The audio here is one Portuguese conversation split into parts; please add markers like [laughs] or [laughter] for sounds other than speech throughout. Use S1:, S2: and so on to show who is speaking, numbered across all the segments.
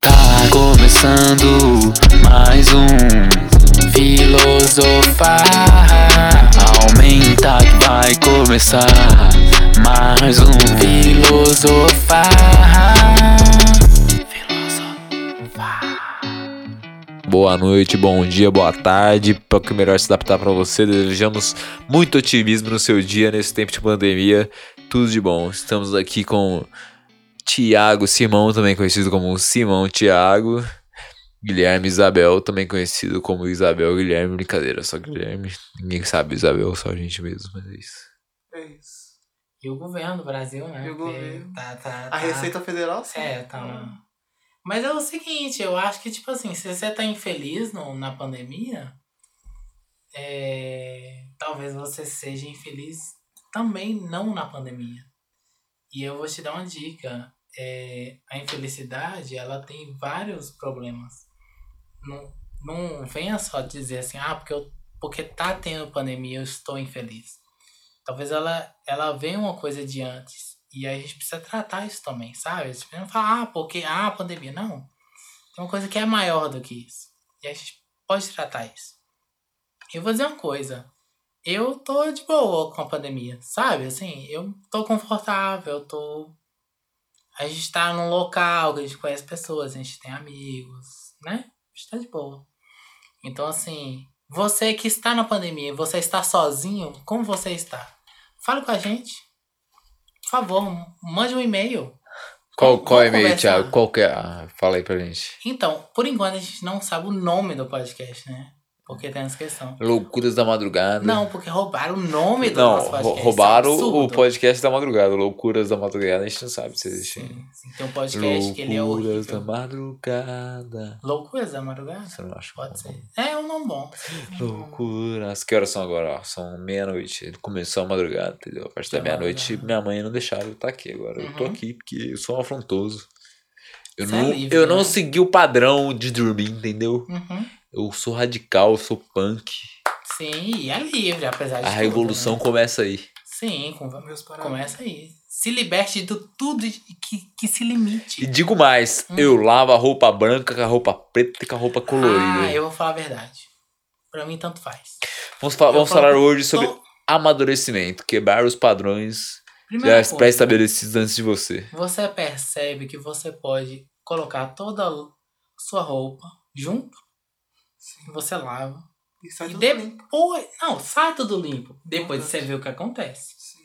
S1: Tá um começar mais um filosofar.
S2: Boa noite, bom dia, boa tarde. Para o que melhor se adaptar para você, desejamos muito otimismo no seu dia nesse tempo de pandemia. Tudo de bom. Estamos aqui com Tiago Simão, também conhecido como Simão Tiago. Guilherme Isabel, também conhecido como Isabel Guilherme. Brincadeira, só Guilherme. Ninguém sabe Isabel, só a gente mesmo, mas é isso.
S3: É isso.
S1: E o governo do Brasil, né?
S3: E o
S1: Porque
S3: governo.
S1: Tá, tá,
S3: A
S1: tá-
S3: Receita né? Federal, sim. Ah.
S1: É, tá. uma- Mas é o seguinte, eu acho que, tipo assim, se você tá infeliz no, na pandemia, é, talvez você seja infeliz também não na pandemia. E eu vou te dar uma dica. É, a infelicidade, ela tem vários problemas. Não, não venha só dizer assim, ah, porque, eu, porque tá tendo pandemia, eu estou infeliz. Talvez ela, ela venha uma coisa de antes. E a gente precisa tratar isso também, sabe? A gente não fala, ah, porque ah, a pandemia. Não. Tem uma coisa que é maior do que isso. E a gente pode tratar isso. Eu vou dizer uma coisa. Eu tô de boa com a pandemia, sabe? Assim, eu tô confortável, eu tô. A gente tá num local que a gente conhece pessoas, a gente tem amigos, né? A gente tá de boa. Então, assim, você que está na pandemia, você está sozinho, como você está? Fala com a gente. Por favor, mande um e-mail.
S2: Qual,
S1: Vamos-
S2: qual
S1: vamos
S2: e-mail,
S1: conversar.
S2: Tiago? Qual que é? Ah, fala aí pra gente.
S1: Então, por enquanto a gente não sabe o nome do podcast, né? Porque tem essa questão.
S2: Loucuras da Madrugada.
S1: Não, porque roubaram o nome do
S2: Não, rou-
S1: nosso podcast.
S2: roubaram
S1: Isso é um
S2: o
S1: absurdo.
S2: podcast da madrugada, Loucuras da Madrugada, a gente não sabe se existe.
S1: Sim, sim, tem um podcast que ele é
S2: Loucuras tá da
S1: horrível.
S2: madrugada.
S1: Loucuras da madrugada?
S2: Você não acha?
S1: Pode ser. É um nome bom.
S2: Loucuras. Que horas são agora? ó? São meia-noite. Ele começou a madrugada, entendeu? A partir da
S1: Da
S2: meia-noite,
S1: madrugada.
S2: minha mãe não deixava eu estar aqui agora. Eu tô
S1: Uhum.
S2: aqui porque eu sou um afrontoso. Eu
S1: Você é
S2: não,
S1: livre,
S2: eu não
S1: né?
S2: segui o padrão de dormir, entendeu?
S1: Uhum.
S2: Eu sou radical, eu sou punk.
S1: Sim, e é livre, apesar de
S2: A
S1: tudo,
S2: revolução
S1: né?
S2: começa aí.
S1: Sim, com-
S3: Meus parabéns.
S1: começa aí. Se liberte do tudo que, que se
S2: E
S1: limite.
S2: digo mais,
S1: Hum.
S2: eu lavo a roupa branca com a roupa preta e com a roupa colorida.
S1: Ah, eu vou falar a verdade. Pra mim, tanto faz.
S2: Vamos, fa-
S1: eu
S2: vamos
S1: falo-
S2: falar hoje sobre
S1: Tô-
S2: amadurecimento, quebrar os padrões
S1: Primeira
S2: já
S1: coisa.
S2: pré-estabelecidos antes de você.
S1: Você percebe que você pode colocar toda a sua roupa junto,
S3: Sim.
S1: e você lava.
S3: E sai
S1: e
S3: tudo limpo.
S1: depois. Não, sai tudo limpo. Depois você vê o que acontece.
S3: Sim.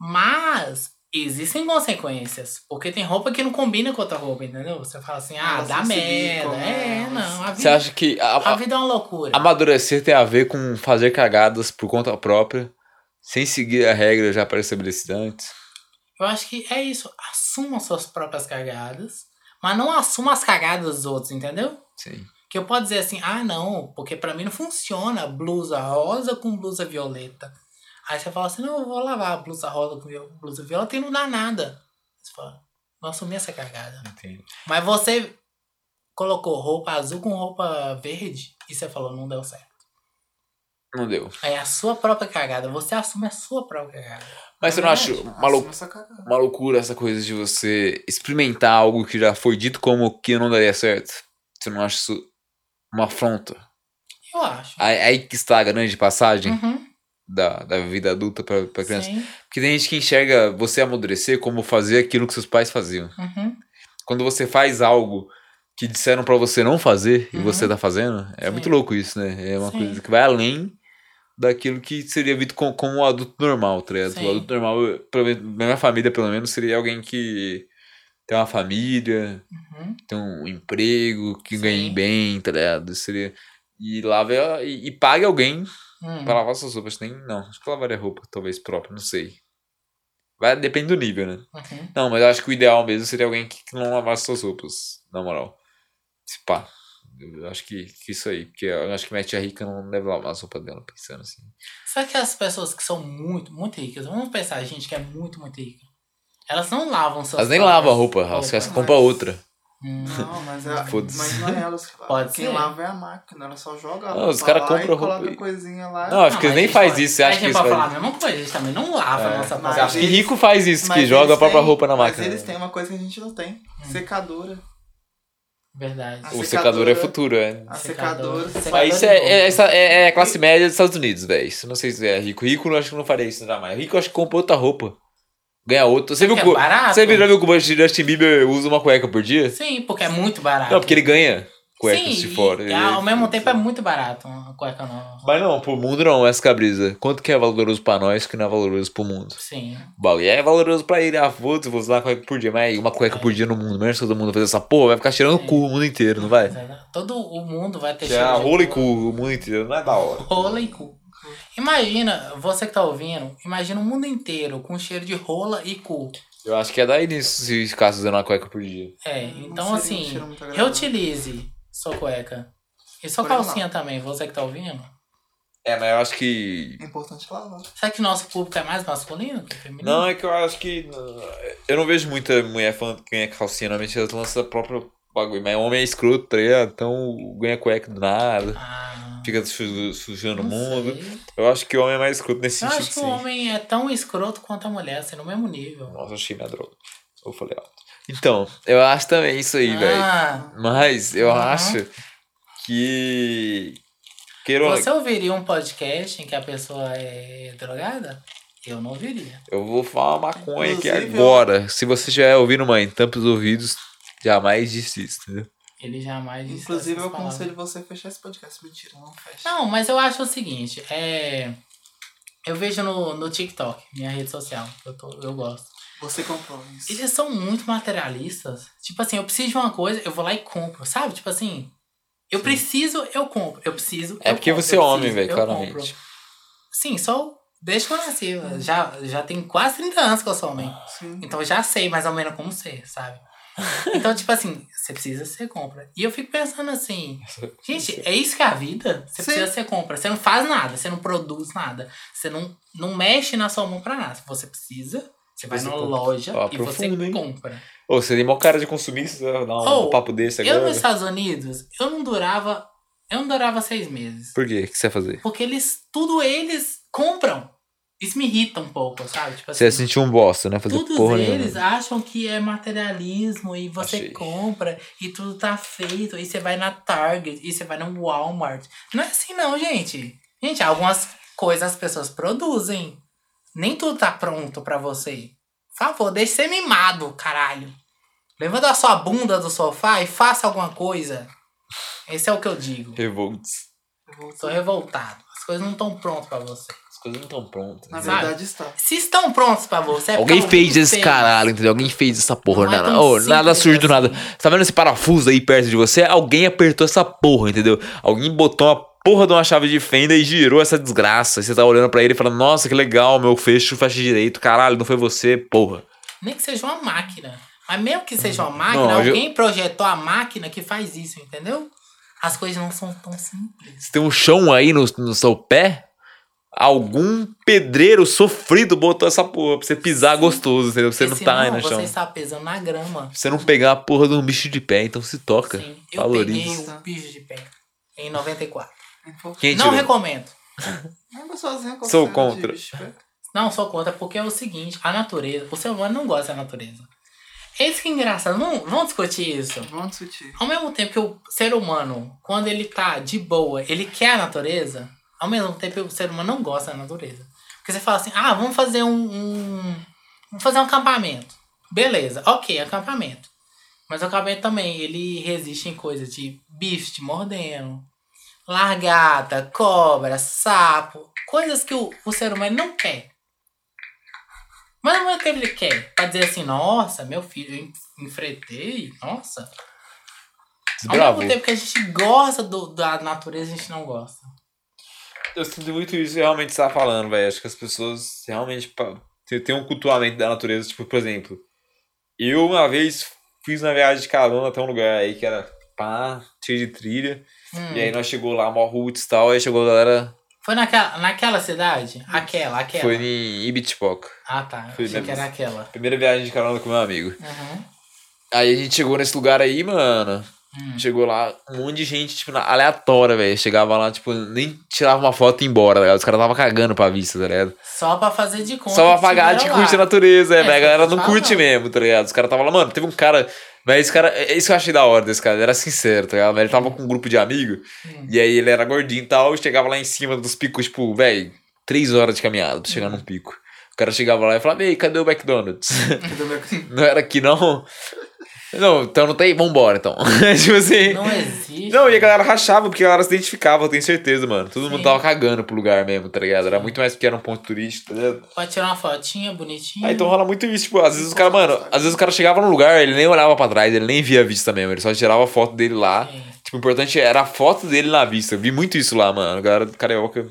S1: Mas existem consequências. Porque tem roupa que não combina com outra roupa, entendeu? Você fala assim, ah,
S3: Ah,
S1: dá
S3: sem silicone,
S1: merda. É, não. A
S2: Você
S1: vida,
S2: acha que a- a-
S1: a vida é uma loucura.
S2: amadurecer tem a ver com fazer cagadas por conta própria, sem seguir a regra já pré-estabelecida antes?
S1: Eu acho que é isso. Assuma suas próprias cagadas. Mas não assuma as cagadas dos outros, entendeu?
S2: Sim.
S1: Que eu posso dizer assim, ah não, porque pra mim não funciona blusa rosa com blusa violeta. Aí você fala assim, não, eu vou lavar a blusa rosa com viol- blusa violeta e não dá nada. Você fala, não assumi essa cagada. Mas você colocou roupa azul com roupa verde e você falou, não deu certo.
S2: Não deu.
S1: Aí é a sua própria cagada, você assume a sua própria cagada.
S2: Mas você não acha uma, lou-
S3: Assuma essa cagada.
S2: uma loucura essa coisa de você experimentar algo que já foi dito como que não daria certo? Você não acha isso uma afronta?
S1: Eu acho.
S2: Aí, aí que está a grande passagem
S1: Uhum,
S2: da, da vida adulta pra, pra criança.
S1: sim.
S2: Porque tem gente que enxerga você amadurecer como fazer aquilo que seus pais faziam.
S1: Uhum,
S2: Quando você faz algo que disseram pra você não fazer e
S1: Uhum.
S2: você tá fazendo, é
S1: Sim.
S2: muito louco isso, né? É uma
S1: Sim.
S2: coisa que vai além daquilo que seria visto com- como um adulto normal, tá ligado?
S1: Sim.
S2: O adulto normal, eu- pelo menos- na minha família pelo menos, seria alguém que tem uma família,
S1: uhum.
S2: tem um emprego, que
S1: Sim.
S2: ganhe bem, tá ligado? Seria... E lave a- e, e pague alguém
S1: Hum.
S2: Pra lavar suas roupas, nem. Não, acho que lavaria roupa, talvez própria, não sei. Vai, depende do nível, né?
S1: Uhum.
S2: Não, mas eu acho que o ideal mesmo seria alguém que que não lavasse suas roupas, na moral. Se pá. Eu acho que, que isso aí, porque eu acho que minha tia rica não deve lavar as roupas dela, pensando assim.
S1: Sabe que as pessoas que são muito, muito ricas, vamos pensar, gente que é muito, muito rica. Elas não lavam suas
S2: Elas nem
S1: próprias
S2: lavam a roupa, elas assim,
S1: roupas.
S2: elas compram outra.
S1: Hum,
S2: [laughs]
S3: Não, mas, é,
S2: Foda-se.
S3: mas não é elas que lavam.
S1: Pode
S3: Quem
S1: ser.
S3: lava é a máquina, ela só joga a
S2: Não, os
S3: roupa
S2: cara
S3: lá
S2: compra
S3: e coloca
S2: roupa e-
S3: a coisinha lá.
S2: Não, acho que
S1: mas
S2: nem
S1: a gente
S2: faz
S1: pode-
S2: isso, você acha
S1: a
S2: que
S1: gente
S2: isso
S1: pode falar a
S2: faz... É,
S1: mesma coisa, a gente também não lava a nossa
S3: mas
S2: Você acha
S1: própria
S2: que
S3: eles-
S2: rico faz isso,
S3: Mas
S2: que joga a
S3: eles
S2: própria
S3: têm-
S2: roupa na
S3: Mas
S2: máquina.
S1: Hum.
S3: eles têm uma coisa que a gente não tem. Secadora.
S1: Verdade.
S3: A
S2: O secador
S3: secadora-
S2: é futuro, é.
S3: A secadora.
S2: Mas isso é, é, essa- é- é a classe média dos Estados Unidos, velho. Isso Não sei se é rico. Rico eu acho que não faria isso jamais. Rico eu acho que compra outra roupa. Ganha outra. Você viu
S1: Porque é
S2: co-
S1: barato.
S2: Você viu, já viu que o Justin Bieber usa uma cueca por dia?
S1: Sim, porque é muito barato.
S2: Não, porque ele ganha cuecas
S1: Sim,
S2: de fora.
S1: e
S2: Ele-
S1: ao mesmo tempo é muito barato uma cueca nova.
S2: Mas não, pro mundo não, essa cabrisa. Quanto que é valoroso pra nós que não é valoroso pro mundo?
S1: Sim.
S2: O bagulho é valoroso pra ele. Ah, foda-se, vou usar uma cueca por dia. Mas uma cueca por dia no mundo, menos todo mundo fazer essa porra, vai ficar cheirando
S1: É.
S2: cu o mundo inteiro, não vai?
S1: Exato. Todo o mundo vai ter
S2: Cheirar
S1: de
S2: rola e cu o mundo inteiro, não é da hora.
S1: Rola e
S3: Uhum.
S1: cu. Imagina, você que tá ouvindo, imagina o mundo inteiro com cheiro de rola e cu.
S2: Eu acho que é daí nisso se ficasse usando uma cueca por dia.
S1: É,
S3: Não
S1: então
S3: seria um
S1: assim,
S3: cheiro muito agradável.
S1: reutilize sua cueca. E sua
S3: Pode
S1: calcinha também, você que tá ouvindo.
S2: É, mas eu acho que.
S3: É importante lavar.
S1: Será que nosso público é mais masculino que feminino?
S2: Não, é que eu acho que. Eu não vejo muita mulher falando que ganha calcinha, normalmente elas lançam a própria bagulho. Mas homem é escroto, tá ligado? Então ganha cueca do nada,
S1: Ah,
S2: fica su- sujando o
S1: não
S2: mundo.
S1: sei.
S2: Eu acho que o homem é mais escroto nesse
S1: Eu
S2: sentido,
S1: acho que
S2: sim.
S1: o homem é tão escroto quanto a mulher, assim, no mesmo nível.
S2: Nossa, achei minha droga. Eu falei alto. Então, eu acho também isso aí, velho.
S1: ah,
S2: Mas eu
S1: Uhum.
S2: acho que. Queiro,
S1: você ouviria um podcast em que a pessoa é drogada? Eu não ouviria.
S2: Eu vou falar uma maconha aqui
S3: Inclusive, eu-
S2: agora. Se você estiver ouvindo, mãe, tampa os ouvidos, jamais desista, entendeu?
S1: Ele jamais disse
S3: Inclusive,
S1: essas
S3: eu
S1: palavras.
S3: aconselho você a fechar esse podcast. Mentira, não fecha.
S1: Não, mas eu acho o seguinte, é. Eu vejo no, no TikTok, minha rede social, eu, tô, eu gosto.
S3: Você comprou isso.
S1: Eles são muito materialistas. Tipo assim, eu preciso de uma coisa, eu vou lá e compro, sabe? Tipo assim, eu preciso, eu compro. Eu preciso.
S2: É
S1: eu
S2: porque
S1: compro,
S2: você é
S1: eu
S2: homem,
S1: preciso,
S2: velho,
S1: eu
S2: claramente.
S1: compro. Sim, só desde que eu nasci. eu Já, já tem quase 30 anos que eu sou homem.
S3: Sim.
S1: Então eu já sei mais ou menos como ser, sabe? Então, tipo assim, você precisa ser compra. E eu fico pensando assim, gente, é isso que é a vida? Você
S3: Sim.
S1: precisa ser compra. Você não faz nada, você não produz nada, você não, não mexe na sua mão pra nada. Você precisa, você vai
S2: Você
S1: numa
S2: compra.
S1: loja
S2: Ó,
S1: e você
S2: profundo, hein?
S1: compra.
S2: Ô, você tem mó cara de consumista, dá um
S1: Ô,
S2: papo desse
S1: Eu
S2: agora.
S1: nos Estados Unidos, eu não durava. Eu não durava seis meses.
S2: Por quê? O que você vai fazer?
S1: Porque eles. Tudo eles compram. Isso me irrita um pouco, sabe? Tipo
S2: Você ia sentir um bosta, né? Fazer
S1: Todos
S2: porra nenhuma.
S1: eles acham que é materialismo e você
S2: Achei.
S1: compra e tudo tá feito. E você vai na Target e você vai no Walmart. Não é assim, não, gente. Gente, algumas coisas as pessoas produzem. Nem tudo tá pronto pra você. Por favor, deixe ser mimado, caralho. Levanta a sua bunda do sofá e faça alguma coisa. Esse é o que eu digo.
S2: Revolts.
S3: Eu vou-
S1: Tô revoltado. As coisas não estão prontas pra você.
S2: As coisas não estão prontas.
S3: Na
S2: né?
S1: Sabe?
S3: verdade, está.
S1: Se estão prontos pra você, é
S2: Alguém
S1: porque alguém
S2: fez esse caralho, entendeu? Alguém fez essa porra.
S1: Não é
S2: nada,
S1: tão
S2: ô, nada
S1: simples
S2: surge do nada.
S1: assim.
S2: Tá vendo esse parafuso aí perto de você? Alguém apertou essa porra, entendeu? Alguém botou uma porra de uma chave de fenda e girou essa desgraça. E você tá olhando pra ele e falando, nossa, que legal, meu fecho fecha direito. Caralho, não foi você, porra.
S1: Nem que seja uma máquina. Mas mesmo que seja uma máquina,
S2: Não, eu-
S1: alguém projetou a máquina que faz isso, entendeu? As coisas não são tão simples.
S2: Você tem um chão aí no, no seu pé? Algum pedreiro sofrido botou essa porra pra você pisar gostoso, entendeu? Você não
S1: Porque
S2: tá aí
S1: senão
S2: no chão.
S1: Você está pesando na grama.
S2: Você não pegar a porra de um bicho de pé, então se toca.
S1: Sim, eu
S2: Valoriza.
S1: peguei o bicho de pé em 94.
S3: Quem?
S2: Quem
S1: não
S2: tirou?
S1: recomendo.
S3: Eu sozinho com
S2: Sou
S3: você,
S2: contra.
S3: né? bicho, né? velho.
S1: Não, só conta porque é o seguinte, a natureza, o ser humano não gosta da natureza. É isso que é engraçado, vamos, vamos discutir isso.
S3: Vamos É discutir.
S1: Ao mesmo tempo que o ser humano, quando ele tá de boa, ele quer a natureza, ao mesmo tempo o ser humano não gosta da natureza. Porque você fala assim, ah, vamos fazer um. um- vamos fazer um acampamento. Beleza, ok, acampamento. Mas o acampamento também, ele resiste em coisas de bicho te mordendo, largata, cobra, sapo. Coisas que o, o ser humano não quer. Mas ao mesmo tempo ele quer. Pra dizer assim, nossa, meu filho, eu en- enfrentei, nossa. Ao
S2: Bravo.
S1: mesmo tempo que a gente gosta do, da natureza, a gente não gosta.
S2: Eu sinto muito isso que realmente você tá falando, velho. Acho que as pessoas realmente pa- tem tem um cultuamento da natureza. Tipo, por exemplo, eu uma vez fiz uma viagem de carona até um lugar aí que era pá, cheio de trilha.
S1: Hum.
S2: E aí nós chegou lá, mó roots e tal. Aí chegou a galera,
S1: Foi naquela, naquela cidade? Aquela, aquela.
S2: foi em Ibitipoca.
S1: Ah, tá.
S2: Foi
S1: Eu achei
S2: na-
S1: que era aquela.
S2: Primeira viagem de carona com meu amigo.
S1: Uhum.
S2: Aí a gente chegou nesse lugar aí, mano.
S1: Hum.
S2: Chegou lá, um monte de gente, tipo, na- aleatória, velho. Chegava lá, tipo, nem tirava uma foto e ia embora, tá ligado? Os caras tava cagando pra vista, tá ligado?
S1: Só pra fazer de conta.
S2: Só pra
S1: que
S2: pagar de
S1: tiveram
S2: curte a
S1: lá.
S2: natureza, é,
S1: É,
S2: velho. A galera não
S1: fala.
S2: curte mesmo, tá ligado? Os caras tava lá, mano, teve um cara Mas esse cara, é isso que eu achei da hora desse cara, ele era sincero, tá ligado? Ele tava com um grupo de amigo,
S1: Hum.
S2: e aí ele era gordinho e tal, e chegava lá em cima dos picos, tipo, velho, três horas de caminhada pra
S1: Uhum.
S2: chegar num pico. O cara chegava lá e falava, ei, cadê o
S1: [laughs]
S2: McDonald's? [laughs]
S3: Entendeu? Meu-
S2: não era aqui não? Não, então não tem, vambora então. [laughs] tipo assim. [laughs]
S1: Não existe.
S2: Não, e a galera rachava, porque a galera se identificava, eu tenho certeza, mano. Todo mundo
S1: Sim.
S2: tava cagando pro lugar mesmo, tá ligado? Era muito mais porque era um ponto turístico, tá ligado?
S1: Pode tirar uma fotinha bonitinha.
S2: Ah, então rola muito isso, tipo, às vezes o cara, mano, às vezes o cara chegava num lugar, ele nem olhava pra trás, ele nem via a vista mesmo, ele só tirava a foto dele lá.
S1: Sim.
S2: Tipo, o importante era a foto dele na vista. Eu vi muito isso lá, mano. A galera do carioca,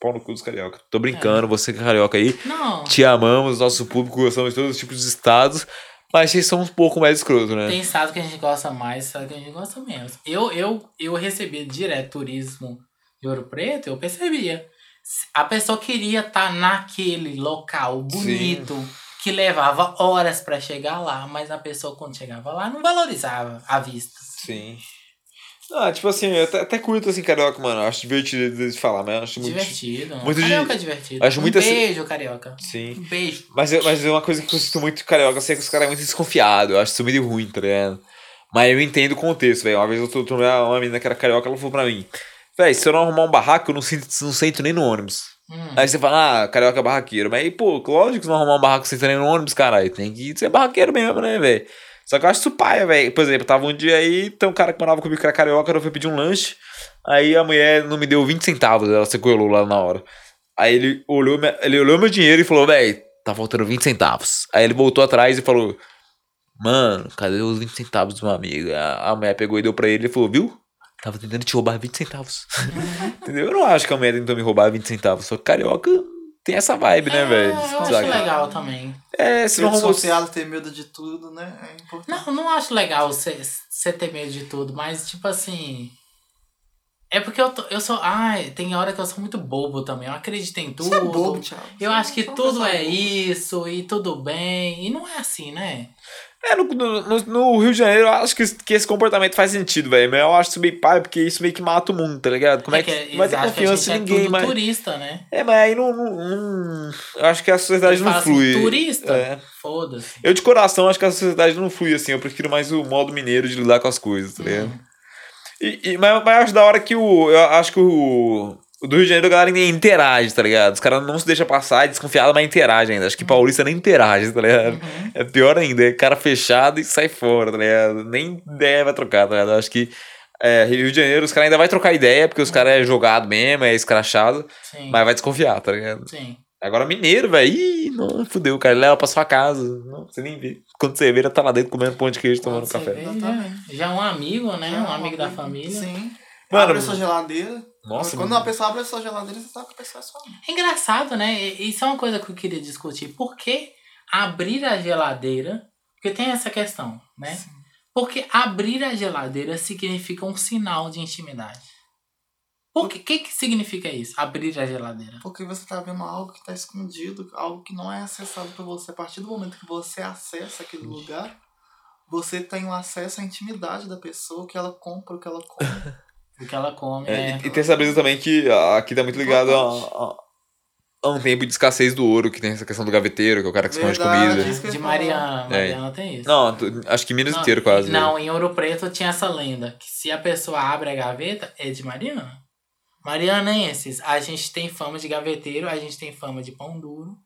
S2: pau no cu dos carioca. Tô brincando, você que é carioca aí.
S1: Não,
S2: Te amamos, nosso público, gostamos de todos os tipos de estados, mas vocês são um pouco mais escroto, né?
S1: tem estado que a gente gosta mais, estado que a gente gosta menos. Eu, eu, eu recebia direto turismo de Ouro Preto, eu percebia. Se A pessoa queria estar naquele local bonito, que levava horas pra chegar lá, mas a pessoa quando chegava lá não valorizava a vista.
S2: Sim. Ah, tipo assim, eu até, até curto assim, carioca, mano. Eu acho divertido de falar, mas eu acho muito.
S1: Divertido.
S2: muito de-
S1: carioca é divertido.
S2: acho
S1: um
S2: muito assim-
S1: beijo, carioca.
S2: Sim.
S1: Um beijo.
S2: Mas, eu- mas é uma coisa que eu sinto muito carioca, assim, é que os caras são muito desconfiados. Eu acho isso meio ruim, tá ligado? Mas eu entendo o contexto, velho. Uma vez eu tô tô- uma menina que era carioca, ela falou pra mim: Véi, se eu não arrumar um barraco, eu não sinto, não sento nem no ônibus.
S1: Hum.
S2: Aí você fala, ah, carioca é barraqueiro. Mas aí, pô, lógico que você não arrumar um barraco sem nem no ônibus, caralho. Tem que ser barraqueiro mesmo, né, velho? Só que eu acho isso paia, velho. Por exemplo, tava um dia aí, tem um cara que morava comigo que era carioca, eu fui pedir um lanche. Aí a mulher não me deu 20 centavos, ela se colou lá na hora. Aí ele olhou, minha- ele olhou meu dinheiro e falou, velho, tá faltando 20 centavos. Aí ele voltou atrás e falou, mano, cadê os 20 centavos do meu amigo? A, a mulher pegou e deu pra ele e falou, viu? Tava tentando te roubar 20 centavos. [laughs] Entendeu? Eu não acho que a mulher tentou me roubar 20 centavos. Só que carioca tem essa vibe, né, velho?
S1: É, eu acho
S2: Saca?
S1: legal também.
S2: É, se não
S3: Rede
S2: arrumou.
S3: social, ter medo de tudo, né? É importante.
S1: Não, não acho legal você ter medo de tudo, mas tipo assim. É porque eu, tô- eu sou. Ai, tem hora que eu sou muito bobo também. Eu acredito em tudo.
S3: Você é bobo, Thiago. Você
S1: Eu acho que
S3: é uma
S1: tudo
S3: pessoa
S1: é
S3: boba.
S1: isso e tudo bem. E não é assim, né?
S2: É, no, no, no Rio de Janeiro eu acho que, que esse comportamento faz sentido, velho. Mas eu acho isso meio pai, porque isso meio que mata o mundo, tá ligado? Como é, que,
S1: eles
S2: não vai ter
S1: acham
S2: confiança
S1: a
S2: em
S1: gente
S2: ninguém,
S1: é tudo
S2: mas.
S1: turista, né?
S2: É, mas aí não, não- não- Eu acho que a sociedade
S1: Eles
S2: não
S1: falam assim,
S2: flui.
S1: turista?
S2: É.
S1: Foda-se.
S2: Eu, de coração, acho que a sociedade não flui assim. Eu prefiro mais o modo mineiro de lidar com as coisas,
S1: É.
S2: tá ligado? E, e- mas, mas eu acho da hora que o. Eu acho que o. O do Rio de Janeiro a galera ainda interage, tá ligado? Os caras não se deixam passar, é desconfiado, mas interage ainda. Acho que paulista nem interage, tá ligado?
S1: Uhum.
S2: É pior ainda, é cara fechado e sai fora, tá ligado? Nem ideia vai trocar, tá ligado? Acho que é, Rio de Janeiro os caras ainda vai trocar ideia, porque os caras é jogado mesmo, é escrachado,
S1: Sim.
S2: mas vai desconfiar, tá ligado?
S1: Sim.
S2: Agora mineiro, velho, ih, não, fudeu, o cara leva pra sua casa, não, você nem vê. Quando você vira, tá lá dentro comendo pão de queijo, tomando
S1: Você
S2: café.
S1: vê,
S3: Exatamente.
S1: já, já é um amigo, né?
S3: É,
S1: um amigo da família.
S3: Sim.
S2: Mano,
S3: abre a sua geladeira.
S2: Nossa,
S3: Quando
S2: mano.
S3: uma pessoa abre a sua geladeira, você sabe que a pessoa é sua amiga.
S1: É engraçado, né? E- Isso é uma coisa que eu queria discutir. Por que abrir a geladeira? Porque tem essa questão, né? Porque abrir a geladeira significa um sinal de intimidade. O que, que, que significa isso? Abrir a geladeira.
S3: Porque você tá vendo algo que tá escondido, algo que não é acessado por você. A partir do momento que você acessa aquele lugar, você tem o acesso à intimidade da pessoa, o que ela compra, o que ela
S1: [laughs]
S3: come.
S1: O que ela come
S2: É,
S1: é.
S2: E, e tem essa brisa também que ah, aqui tá muito ligado a, a- a um tempo de escassez do ouro, que tem essa questão do gaveteiro, que é o cara que esconde
S3: Verdade.
S2: comida.
S3: isso que eu
S1: De
S3: ia
S1: Mariana.
S2: É.
S1: Mariana tem isso.
S2: Não, tu- acho que Minas
S1: Não,
S2: inteiro quase.
S1: Não, em Ouro Preto tinha essa lenda. Que se a pessoa abre a gaveta, é de Mariana. Marianenses, a gente tem fama de gaveteiro, a gente tem fama de pão duro.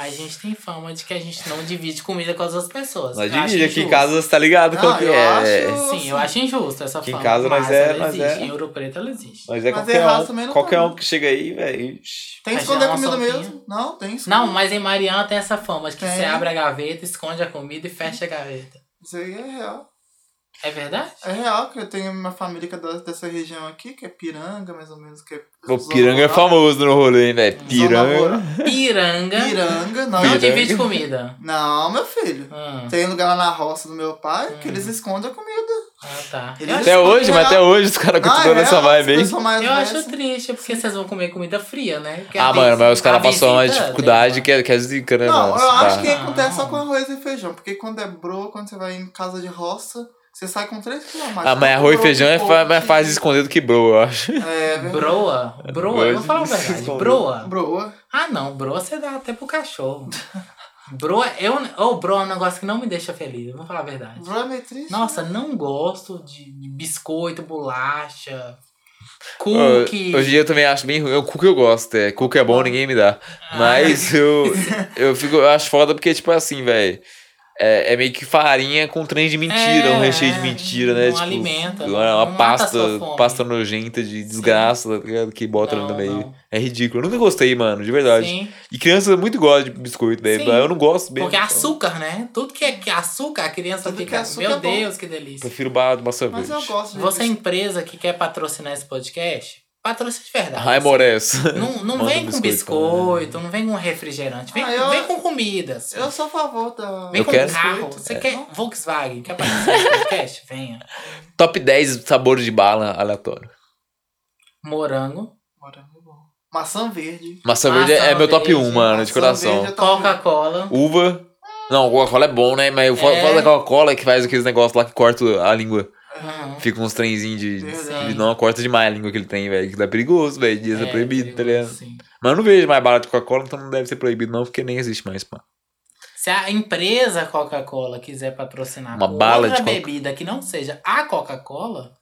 S1: A gente tem fama de que a gente não divide comida com as outras pessoas.
S2: Nós
S1: Eu acho
S2: divide aqui em
S1: injusto.
S2: casa, você tá ligado qual
S3: Não,
S2: que
S3: eu
S2: é.
S3: acho-
S1: Sim, eu acho injusto essa
S2: Aqui em
S1: fama.
S2: casa, mas
S1: mas
S2: é-
S1: ela
S2: mas
S1: existe.
S2: é.
S1: Em Ouro Preto ela existe.
S2: Mas é
S3: Mas
S2: qualquer
S3: errado
S2: um.
S3: também não
S2: Qualquer
S3: tá,
S2: um
S3: né?
S2: que chega aí, velho. ixi.
S3: Tem que
S1: Mas já
S3: esconder
S1: é uma
S3: comida
S1: sopinha.
S3: mesmo? Não, tem isso.
S1: Não, mas em Mariana tem essa fama de que
S3: Tem.
S1: você abre a gaveta, esconde a comida e fecha a gaveta.
S3: Isso aí é real.
S1: É verdade?
S3: É real que eu tenho uma família que é da- dessa região aqui, que é piranga, mais ou menos. Que é
S2: O
S3: zona
S2: piranga é
S3: rural.
S2: famoso no rolê, hein, velho.
S1: Zona
S2: Piranga.
S3: rural.
S1: Piranga.
S3: Piranga, não.
S1: Não
S2: Piranga.
S1: divide comida.
S3: Não, meu filho.
S1: Ah,
S3: Tem lugar lá na roça do meu pai que
S1: Hum.
S3: eles escondem a comida.
S1: ah, tá.
S3: Eles
S2: Até
S3: escondem
S2: hoje, mas
S3: lá.
S2: até hoje os caras
S3: é Ah,
S2: continuam
S3: é,
S2: nessa
S3: as
S2: vibe, hein?
S3: pessoas mais
S1: Eu acho
S3: velhas.
S1: triste, porque vocês vão comer comida fria, né? Porque
S2: Ah,
S1: a
S2: mano, mas os
S1: visita-
S2: caras
S1: a
S2: passam uma
S1: visita
S2: dificuldade
S1: tem-
S2: que é, que é zica, né,
S3: Não,
S2: mano?
S3: eu
S2: Tá.
S3: acho que é, acontece só
S1: Não.
S3: com arroz e feijão, porque quando é bro, quando você vai em casa de roça, você sai com 3 kg a mais.
S2: Ah,
S3: Você
S2: mas
S3: não
S2: arroz e
S3: comprou
S2: feijão é
S3: um
S2: fa- mais
S3: pouco
S2: fácil de esconder do que bro, eu acho.
S3: de- É, verdade.
S1: Broa? Broa? Eu vou falar
S2: [laughs]
S1: a
S2: Broa,
S1: verdade.
S2: isso,
S1: Broa?
S3: Broa.
S1: Ah, não. Broa você dá até pro cachorro. Bro, eu, oh, bro é um negócio que não me deixa feliz, eu vou falar a verdade.
S3: Bro, é meio triste.
S1: Nossa, não gosto de de biscoito, bolacha,
S2: Ó,
S1: cookie.
S2: Ah,
S1: Ah.
S2: Hoje em dia eu também acho bem ruim. O cookie eu gosto, é. Cookie é bom, ninguém me dá. Mas
S1: [laughs]
S2: eu, eu, fico, eu acho foda porque, tipo assim, velho. É, é meio que farinha com trem de mentira,
S1: É,
S2: um recheio de
S1: é,
S2: mentira,
S1: não
S2: né? tipo,
S1: alimenta,
S2: uma, uma
S1: não mata a
S2: pasta,
S1: sua fome.
S2: pasta nojenta de desgraça, tá ligado? Que bota ali
S1: Não,
S2: no meio.
S1: não.
S2: É ridículo. Eu nunca gostei, mano, de verdade.
S1: Sim,
S2: E criança é muito gosta de biscoito, né?
S1: Sim.
S2: Eu não gosto mesmo.
S1: porque açúcar, né? Tudo que é que é açúcar, a criança
S3: Tudo que
S1: fica,
S3: é açúcar é
S1: meu
S3: bom."
S1: Deus, que delícia.
S2: Prefiro bala de maçã
S3: Mas
S2: verde.
S3: eu gosto de
S1: Você é
S3: biscoito.
S1: empresa que quer patrocinar esse podcast, patrocina de verdade.
S2: Raimores.
S1: Não, não
S2: Ah, é Manda
S1: vem
S2: um biscoito,
S1: com biscoito, não vem com refrigerante, vem,
S3: Ah, eu-
S1: vem com comidas.
S3: Eu sou a favor da.
S1: Vem
S2: Eu
S1: com
S2: quero- É.
S1: carro. Você quer Volkswagen? Quer participar do podcast? [laughs] Venha.
S2: [laughs] Top 10 sabores de bala aleatório.
S1: Morango,
S3: Morango é bom. Maçã verde.
S2: Maçã
S1: Maçã
S2: verde é meu top
S1: verde,
S2: 1, mano, de
S3: maçã
S2: coração.
S3: verde é top.
S1: Coca-Cola.
S2: Uva. Não, Coca-Cola é bom, né? Mas eu falo
S1: É.
S2: falo da Coca-Cola que faz aqueles negócios lá que corta a língua.
S1: Uhum.
S2: Fica uns trenzinhos de. de-
S3: Verdade.
S2: de- não, corta demais a língua que ele tem, velho. Que dá perigoso, velho. Dias é, proibido, tá
S1: perigoso,
S2: ligado?
S1: sim.
S2: Mas eu não vejo mais bala de Coca-Cola, então não deve ser proibido, não, porque nem existe mais, mano.
S1: Se a empresa Coca-Cola quiser patrocinar
S2: Uma
S1: com
S2: bala de
S1: outra
S2: Coca-
S1: bebida que não seja a Coca-Cola,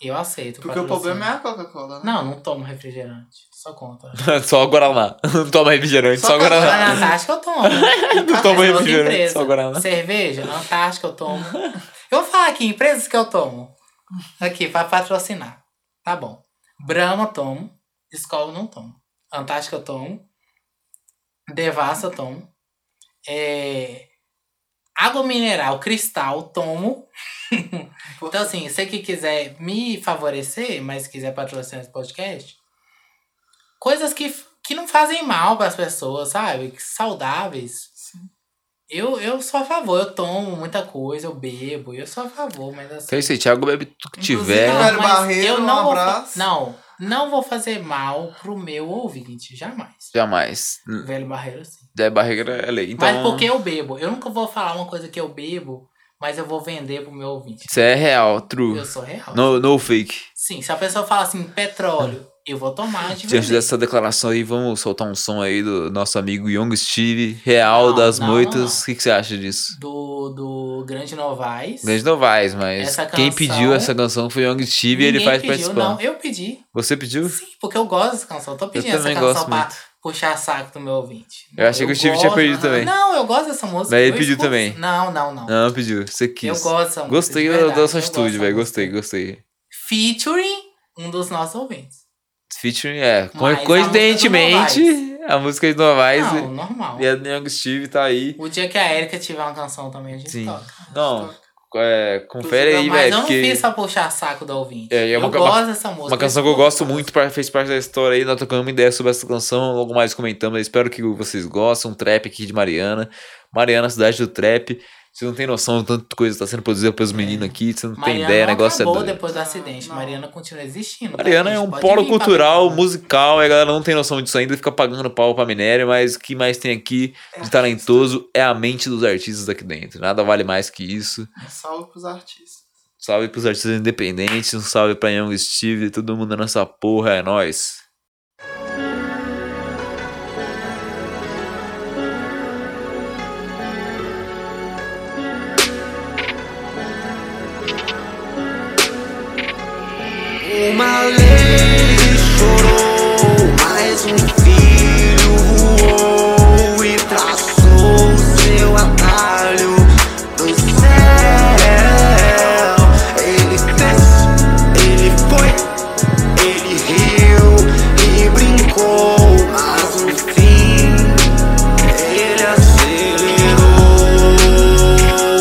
S1: eu aceito.
S3: Porque o problema é a Coca-Cola, né?
S1: Não, não tomo refrigerante. Só conta.
S2: [laughs] Só Guaraná. [laughs] Não toma refrigerante, [laughs] só,
S3: Só
S2: Guaraná.
S3: Guaraná.
S1: Antártica eu tomo.
S2: [laughs]
S1: Mas é
S2: Não toma
S1: outra
S2: refrigerante,
S1: empresa.
S2: só Guaraná.
S1: Cerveja, Antártica eu tomo. Eu vou falar aqui, empresas que eu tomo. Aqui, pra patrocinar. Tá bom. Brahma eu tomo. Escola não tomo. Antártica eu tomo. Devassa eu tomo. É, Água mineral, cristal,
S3: [laughs]
S1: tomo. Então, assim, você que quiser me favorecer, mas quiser patrocinar esse podcast, coisas que, que não fazem mal para as pessoas, sabe? Que Saudáveis.
S3: Sim.
S1: Eu, eu sou a favor, eu tomo muita coisa, eu bebo, eu sou a favor, mas assim.
S2: Então é isso aí, Thiago bebe tudo que
S3: Inclusive,
S2: tiver.
S3: Velho
S1: mas
S3: Barreiro,
S1: eu
S3: um
S1: não vou, fa-
S3: abraço.
S1: não, não vou fazer mal pro meu ouvinte, jamais.
S2: Jamais. Hum,
S1: Velho Barreiro, sim.
S2: É barreira é lei. Então,
S1: Mas porque eu bebo. Eu nunca vou falar uma coisa que eu bebo, mas eu vou vender pro meu ouvinte.
S2: Isso é real, true.
S1: Eu sou real.
S2: No, no fake.
S1: Sim, se a pessoa fala assim, petróleo, eu vou tomar de
S2: Diante
S1: verdade.
S2: dessa declaração aí, vamos soltar um som aí do nosso amigo Young Steve, Real
S1: Não,
S2: das
S1: não,
S2: Moitas.
S1: não.
S2: O que, que você acha disso?
S1: do, do Grande Novaes.
S2: Grande Novaes, mas
S1: Essa
S2: quem
S1: canção-
S2: pediu essa canção foi o Young Steve e ele
S1: Ninguém
S2: faz
S1: pediu,
S2: participando.
S1: Não, eu pedi.
S2: Você pediu?
S1: Sim, porque eu gosto dessa canção. Eu tô
S2: Eu
S1: pedindo essa
S2: também
S1: canção
S2: gosto
S1: pra
S2: muito.
S1: puxar saco do meu ouvinte.
S2: Eu achei que o Steve tinha
S1: gosto-
S2: pedido também.
S1: Não, eu gosto dessa música.
S2: Mas ele
S1: eu
S2: pediu
S1: escuto-
S2: também.
S1: Não, não, não.
S2: Não, pediu. Você
S1: eu
S2: quis.
S1: gosto dessa música.
S2: Gostei
S1: de
S2: da-
S1: verdade,
S2: da
S1: eu
S2: sua
S1: gosto
S2: atitude,
S1: dessa
S2: velho.
S1: música.
S2: Gostei, gostei.
S1: Featuring um dos nossos ouvintes.
S2: Featuring é. co-
S1: Mas a música do
S2: coincidentemente, a música de Novaes
S1: não, normal.
S2: e a do Young Steve tá aí.
S1: O dia que a Erika tiver uma canção também, a gente
S2: Sim.
S1: toca.
S2: Não, é, confere aí,
S1: Mas eu
S2: velho.
S1: não
S2: porque-
S1: fiz pra puxar saco do ouvinte.
S2: É, e é uma-
S1: eu gosto dessa música.
S2: Uma canção que eu
S1: escuto.
S2: gosto muito, pra- fez parte da história aí, nós trocamos uma ideia sobre essa canção, logo mais comentamos, eu espero que vocês gostem, um trap aqui de Mariana, Mariana, cidade do trap, vocês não tem noção de tanta coisa que tá sendo produzida pelos meninos aqui, vocês não tem
S1: É. Mariana
S2: ideia, o
S1: não
S2: negócio é
S1: acabou
S2: doido.
S1: depois do acidente.
S3: Não.
S1: Mariana continua existindo. tá,
S2: Mariana é
S1: gente?
S2: um
S1: Pode
S2: polo
S1: vir pra né?
S2: cultural,
S1: Mariana.
S2: musical, e a galera não tem noção disso ainda, fica pagando pau pra minério, mas o que mais tem
S1: É
S2: aqui de talentoso é a mente dos artistas aqui dentro, nada vale mais que isso.
S3: Salve é pros artistas.
S2: Salve pros artistas independentes, um salve pra Young Steve, todo mundo nessa porra, é nóis.
S4: Uma lei chorou, mais um filho voou e traçou o seu atalho do céu. Ele fez, ele foi, ele riu e brincou, mas no fim ele acelerou.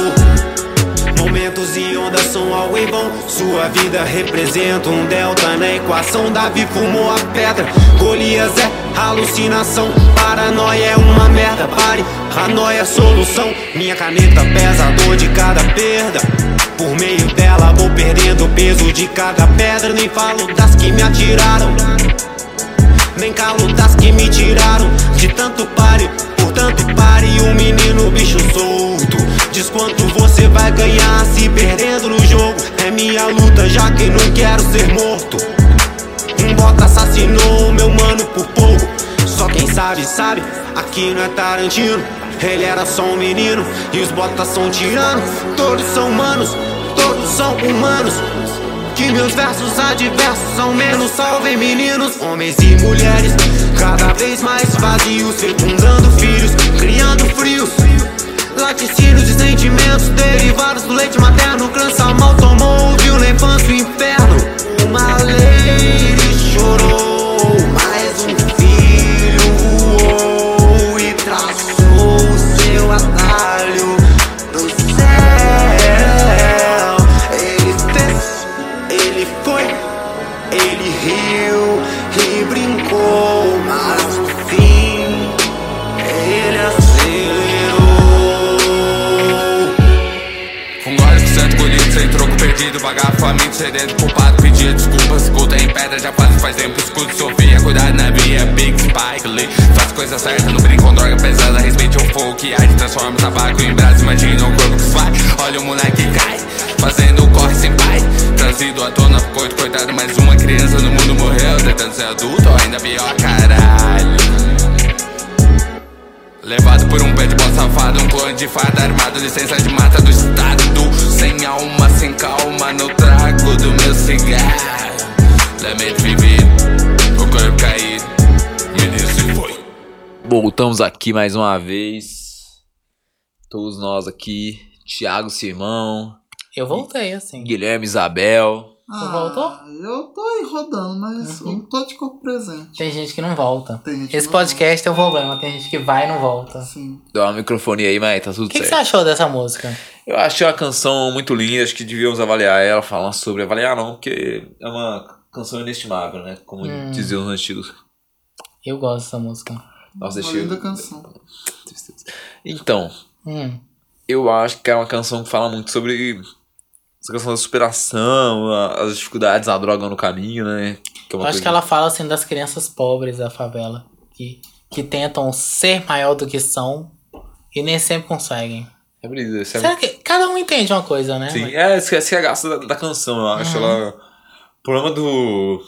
S4: Momentos e ondas são algo em vão. Sua vida representa um delta na equação. Davi fumou a pedra. Golias é alucinação. Paranoia é uma merda. Pare, a noia é solução. Minha caneta pesa a dor de cada perda. Por meio dela vou perdendo o peso de cada pedra. Nem falo das que me atiraram. Nem calo das que me tiraram de tanto pare, por tanto pare um menino bicho solto. Diz quanto você vai ganhar se perdendo no jogo. É minha luta, já que não quero ser morto. Um bota assassinou meu mano por pouco. Só quem sabe, sabe, aqui não é Tarantino. Ele era só um menino e os botas são tirano. Todos são humanos, todos são humanos. Que meus versos adversos são menos salve meninos, homens e mulheres. Cada vez mais vazios, fecundando filhos, criando frios. Laticínios de sentimentos derivados do leite materno Crança mal tomou, viu na infância o inferno Uma lei chorou, mais um filho voou E traçou o seu atalho do céu Ele fez, ele foi, ele riu e brincou Mas no fim ele acelerou
S5: Com olhos que santo colhido, sem troco perdido Vagar faminto, sereno, culpado, pedir desculpas Escuta em pedra, já faz faz tempo Escudo, Sofia, cuidado na via Big Spike Lee, faz coisa certa Não brinca com droga pesada, respeite o fogo Que arde, transforma o tabaco em brasa Imagina o corpo que se vai, olha o moleque que cai Fazendo o corre sem pai Trazido à tona, coito, coitado Mais uma criança no mundo morreu Tentando ser adulto, ainda pior, caralho Levado por um pé de bola safado, um clone de farda armado, licença de mata do estado. Sem alma, sem calma, no trago do meu cigarro. Lamento vivido, o corpo caído, menino se foi.
S2: Voltamos aqui mais uma vez. Todos nós aqui. Thiago Simão,
S1: Eu voltei, assim.
S2: Guilherme Isabel.
S1: Você voltou?
S3: Ah, Eu tô aí rodando, mas eu não tô de corpo presente.
S1: Tem gente que não volta.
S3: Tem gente assim, que
S1: Esse
S3: não
S1: podcast é o problema. Tem gente que vai e não volta.
S3: Sim.
S2: Dá uma microfonia aí, mas tá tudo
S1: O que, que
S2: certo.
S1: você achou dessa música?
S2: Eu achei uma canção muito linda, acho que devíamos avaliar ela, falar sobre. Avaliar não, porque é uma canção inestimável, né? Como
S1: Hum.
S2: diziam os antigos.
S1: Eu gosto dessa música.
S2: Nossa,
S3: Uma
S2: deixei.
S3: linda canção.
S2: Então,
S1: Hum.
S2: eu acho que é uma canção que fala muito sobre essa questão da superação, a- as dificuldades, a droga no caminho, né? Que é
S1: Eu
S2: uma
S1: acho
S2: coisa-
S1: que ela fala, assim, das crianças pobres da favela. Que, que tentam ser maior do que são e nem sempre conseguem.
S2: É brisa, isso é
S1: Será que cada um entende uma coisa, né?
S2: Sim, é, essa essa é a graça da, da canção, eu acho. Ela, o problema do.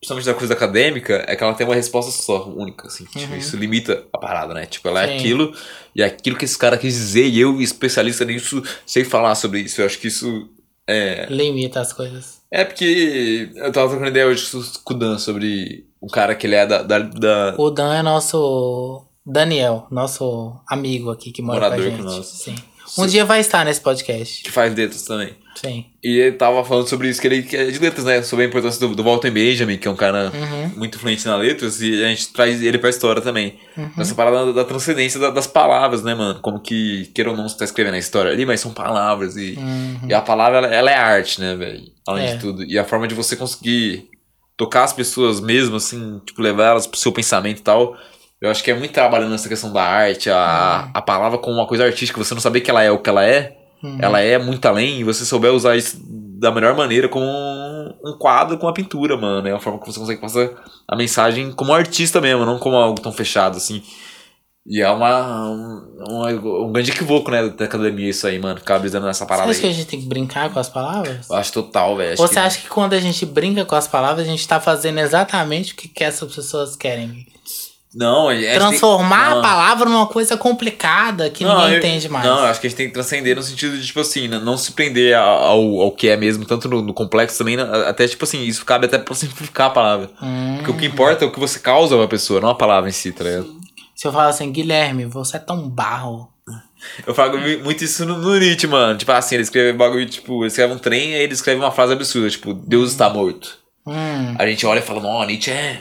S2: Principalmente da coisa acadêmica, é que ela tem uma resposta só, única, assim. Tipo, isso limita a parada, né? Tipo, ela é
S1: Sim.
S2: aquilo, e é aquilo que esse cara quis dizer, e eu, especialista nisso, sei falar sobre isso. Eu acho que isso. É,
S1: Limita as coisas.
S2: é porque eu tava trocando ideia hoje com o Dan sobre o cara que ele é da, da, da-
S1: O Dan é nosso Daniel, nosso amigo aqui que mora
S2: Morador
S1: com a
S2: com
S1: gente.
S2: nós.
S1: Sim. Um dia vai estar nesse podcast.
S2: que faz letras também.
S1: Sim.
S2: E ele tava falando sobre isso, que ele que é de letras, né? Sobre a importância do, do Walter Benjamin, que é um cara
S1: Uhum.
S2: muito influente na letras, e a gente traz ele pra história também.
S1: Uhum.
S2: Essa parada da, da transcendência da- das palavras, né, mano? Como que, queira ou não, você tá escrevendo a história ali, mas são palavras. E,
S1: Uhum.
S2: e a palavra, ela, ela é arte, né, velho? Além
S1: É.
S2: de tudo. E a forma de você conseguir tocar as pessoas mesmo, assim, tipo, levar elas pro seu pensamento e tal. Eu acho que é muito trabalhando nessa questão da arte, a, a palavra como uma coisa artística, você não saber que ela é o que ela é.
S1: Uhum.
S2: Ela é muito além e você souber usar isso da melhor maneira como um um quadro com a pintura, mano. É uma forma que você consegue passar a mensagem como artista mesmo, não como algo tão fechado, assim. E é uma, um, um- um grande equivoco, né, da academia isso aí, mano. Ficar brisando nessa
S1: Você
S2: parada
S1: acha que a
S2: aí.
S1: gente tem que brincar com as palavras?
S2: Eu acho total, velho. acho
S1: Ou você
S2: que-
S1: acha que quando a gente brinca com as palavras, a gente tá fazendo exatamente o que, que essas pessoas querem?
S2: Não, a gente É, tem-
S1: Transformar
S2: Não.
S1: a palavra numa coisa complicada que
S2: Não,
S1: ninguém
S2: eu-
S1: entende mais.
S2: Não, eu acho que a gente tem que transcender no sentido de, tipo assim, n- não se prender a- ao, ao que é mesmo, tanto no, no complexo também, na- até, tipo assim, isso cabe até pra simplificar a palavra.
S1: Hum.
S2: Porque o que importa é o que você causa pra pessoa, não a palavra em si, tá ligado?
S1: Se eu falar assim, Guilherme, você é tão barro.
S2: Eu falo mu- muito isso no, no Nietzsche, mano. Tipo assim, ele escreve bagulho, tipo, ele escreve um trem e aí ele escreve uma frase absurda, tipo, Deus está morto.
S1: Hum.
S2: A gente olha e fala, não, Nietzsche é.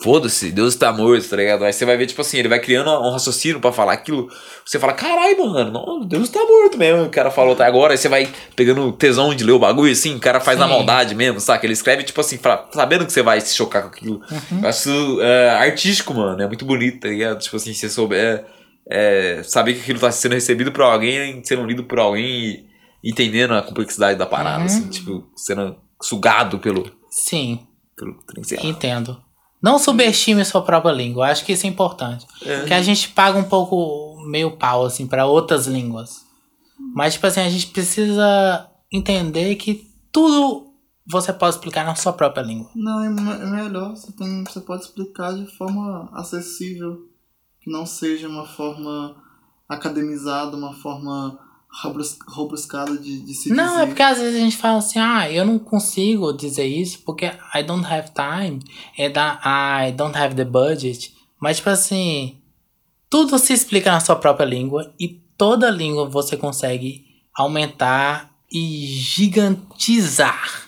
S2: Foda-se, Deus está morto, tá ligado? Aí você vai ver, tipo assim, ele vai criando um raciocínio pra falar aquilo. Você fala, caralho, mano, não, Deus está morto mesmo. O cara falou até agora, aí você vai pegando tesão de ler o bagulho, assim, o cara faz na
S1: Sim.
S2: maldade mesmo, saca? Ele escreve, tipo assim, pra- sabendo que você vai se chocar com aquilo.
S1: Uhum.
S2: Eu acho isso, é, artístico, mano. É muito bonito, tá ligado? Tipo assim, se você souber. é, saber que aquilo tá sendo recebido por alguém, sendo lido por alguém e entendendo a complexidade da parada,
S1: Uhum.
S2: assim, tipo, sendo sugado pelo.
S1: Sim.
S2: pelo trem, sei lá.
S1: Entendo. Não subestime sua própria língua. Eu acho que isso é importante. Porque a gente paga um pouco meio pau, assim, pra outras línguas. Mas, tipo assim, a gente precisa entender que tudo você pode explicar na sua própria língua.
S3: Não, é, me- é melhor. Você, tem, você pode explicar de forma acessível. Que não seja uma forma academizada, uma forma robrus- robuscada de, de se
S1: Não,
S3: dizer.
S1: é porque às vezes a gente fala assim, ah, eu não consigo dizer isso porque I don't have time, é da I don't have the budget. Mas, tipo assim, tudo se explica na sua própria língua e toda língua você consegue aumentar e gigantizar.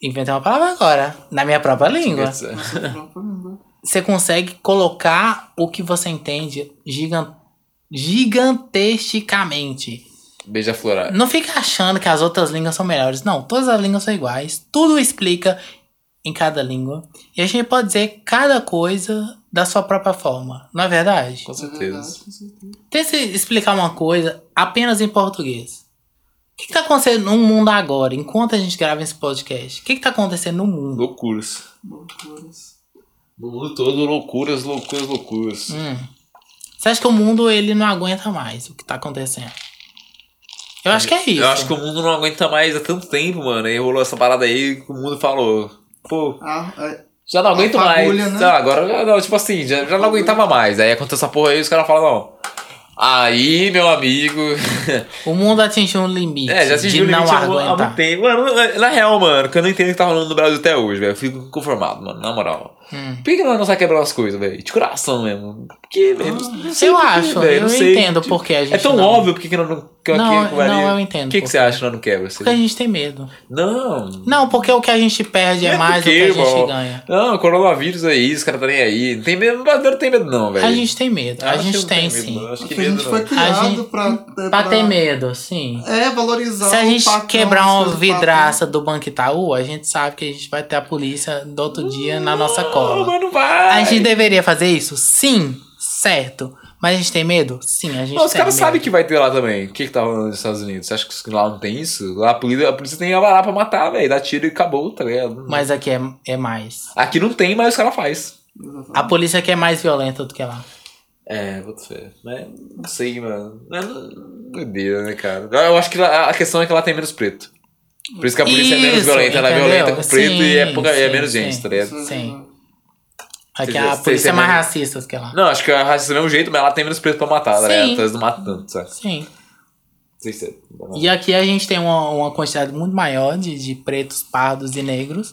S1: Inventei uma palavra agora, na minha própria língua.
S2: Tipo,
S3: Sua própria língua.
S1: Você consegue colocar o que você entende gigan- gigantesticamente.
S2: Beija floral.
S1: Não fica achando que as outras línguas são melhores. Não, todas as línguas são iguais. Tudo explica em cada língua. E a gente pode dizer cada coisa da sua própria forma. Não é verdade?
S2: Com
S3: É
S2: certeza.
S3: verdade, com certeza.
S1: Tente explicar uma coisa apenas em português. O que, que tá acontecendo no mundo agora, enquanto a gente grava esse podcast? O que, que tá acontecendo no mundo?
S2: Loucuras.
S3: Loucuras.
S2: No mundo todo, loucuras, loucuras, loucuras.
S1: Hum. Você acha que o mundo ele não aguenta mais o que tá acontecendo? Eu acho que é isso.
S2: Eu acho que o mundo não aguenta mais há tanto tempo, mano. E rolou essa parada aí que o mundo falou. Pô,
S3: Ah, é,
S2: já não
S3: A
S2: aguento
S3: fagulha,
S2: mais.
S3: né?
S2: Tá, agora já não, tipo assim, já, já não aguentava mais. Aí aconteceu essa porra aí, os caras falam, não. Aí, meu amigo.
S1: o mundo atingiu um limite
S2: é, já atingiu
S1: de
S2: o limite
S1: não
S2: há mu- há
S1: aguentar.
S2: muito tempo. Mano, é, na real, mano, que eu não entendo o que tá rolando no Brasil até hoje, velho. Eu fico conformado, mano, na moral.
S1: Hum.
S2: Por que que nós não sai quebrando as coisas, velho? De coração mesmo. Por que, velho? Não sei
S1: Eu
S2: por quê,
S1: acho,
S2: velho,
S1: eu
S2: não sei.
S1: entendo porque a gente.
S2: É tão
S1: não...
S2: óbvio porque que nós não. Que
S1: Não,
S2: que varia.
S1: não, eu entendo
S2: O que, que
S1: por
S2: você acha que nós não quebra? Você...
S1: Porque a gente tem medo.
S2: Não.
S1: Não, porque o que a gente perde é,
S2: Medo do
S1: mais do que
S2: quê,
S1: a gente
S2: irmão?
S1: ganha.
S2: Não, coronavírus aí, os caras tá nem aí. Não tem medo, brasileiro não tem medo, não, velho.
S1: A gente tem medo. A
S2: Acho que
S1: gente
S2: não
S1: tem,
S2: medo, né?
S1: sim.
S2: não. Acho que
S3: a
S2: medo
S3: gente
S2: não.
S3: foi criado
S1: gente-
S3: pra, é,
S1: Pra
S3: pra-
S1: ter medo, sim.
S3: É, valorizar
S1: Se a
S3: o
S1: gente
S3: patrão,
S1: quebrar
S3: as
S1: um uma
S3: coisas do patrão.
S1: vidraça do Banco Itaú, a gente sabe que a gente vai ter a polícia do outro dia na nossa
S2: Não,
S1: cola.
S2: mas não vai.
S1: A gente deveria fazer isso? Sim, certo. Mas a gente tem medo? Sim, a gente
S2: Não, os
S1: tem medo.
S2: caras sabem que vai ter lá também. O que que tá rolando nos Estados Unidos? Você acha que lá não tem isso? Lá a polícia, a polícia tem a lá pra matar, velho. Dá tiro e acabou, tá ligado?
S1: Mas aqui é, é mais.
S2: Aqui não tem, mas os caras fazem.
S1: A polícia aqui é mais violenta do que lá.
S2: É, boto fé. Mas não sei, mano. É doideira, né, cara? Eu acho que lá- a questão é que ela tem menos preto. Por isso que a polícia é menos
S1: Isso,
S2: violenta. Ela é
S1: entendeu?
S2: violenta com preto e é,
S1: Sim,
S2: pouca, é
S1: sim,
S2: menos
S1: sim.
S2: gente, tá ligado?
S1: Sim.
S2: Você
S1: Aqui
S2: já-
S1: a
S2: você-
S1: polícia
S2: você
S1: é mais
S2: mesmo-
S1: racista do que lá.
S2: Não, acho que a racista é do mesmo jeito, mas ela tem menos preto pra matar, tá
S1: Sim.
S2: ligado? Então eles não matam tanto, sabe?
S1: Sim.
S2: Não sei se é.
S1: E aqui a gente tem uma, uma quantidade muito maior de, de pretos, pardos e negros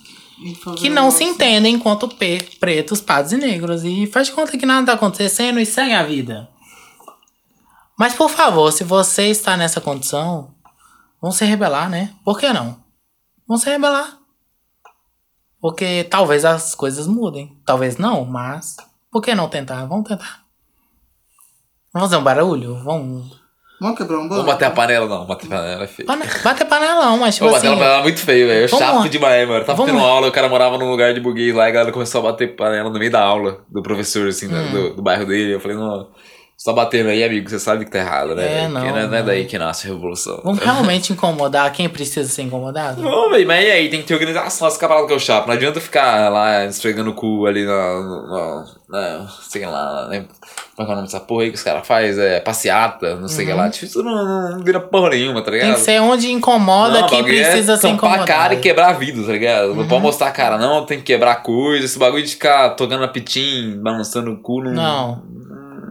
S1: que não se
S3: assim.
S1: entendem enquanto pe- pretos, pardos e negros. E faz de conta que nada tá acontecendo e segue a vida. Mas por favor, se você está nessa condição, vão se rebelar, né? Por que não? Vão se rebelar. Porque talvez as coisas mudem. Talvez não, mas por que não tentar? Vamos tentar. Vamos fazer um barulho? Vamos.
S3: Vamos quebrar um banco?
S2: Vamos bater a panela, não. Bater a panela é feio.
S1: Pane- Bater panelão, mas tipo
S2: Pô,
S1: assim.
S2: bater a panela é muito feio, velho. É
S1: Vamos lá.
S2: chato demais, mano. Tava
S1: Vamos
S2: tendo
S1: lá.
S2: aula, o cara morava num lugar de burguês lá e a galera começou a bater panela no meio da aula do professor, assim, né,
S1: Hum.
S2: do, do bairro dele. Eu falei, não, você tá batendo aí, amigo, você sabe que tá errado, né?
S1: É,
S2: velho? Porque
S1: não,
S2: é- não é
S1: não.
S2: daí que nasce a revolução. [laughs]
S1: Vamos realmente incomodar quem precisa ser incomodado?
S2: Não, velho, mas e aí? Tem que ter organização, essa parada que eu chapo. Não adianta ficar lá esfregando o cu ali na. na, na- sei lá, né? Como é que é o nome dessa porra aí que os caras fazem? É, passeata, não sei o que lá. Tipo, isso não, não vira porra nenhuma, tá ligado?
S1: Uhum. Tem que ser onde incomoda
S2: Não, o
S1: quem
S2: bagulho é
S1: precisa ser
S2: tampar
S1: incomodado.
S2: a cara e quebrar a vida, tá ligado? Não
S1: Uhum.
S2: pode mostrar a cara, não. Tem que quebrar coisa. Esse bagulho de ficar tocando a pitim, balançando o cu. Não.
S1: Não.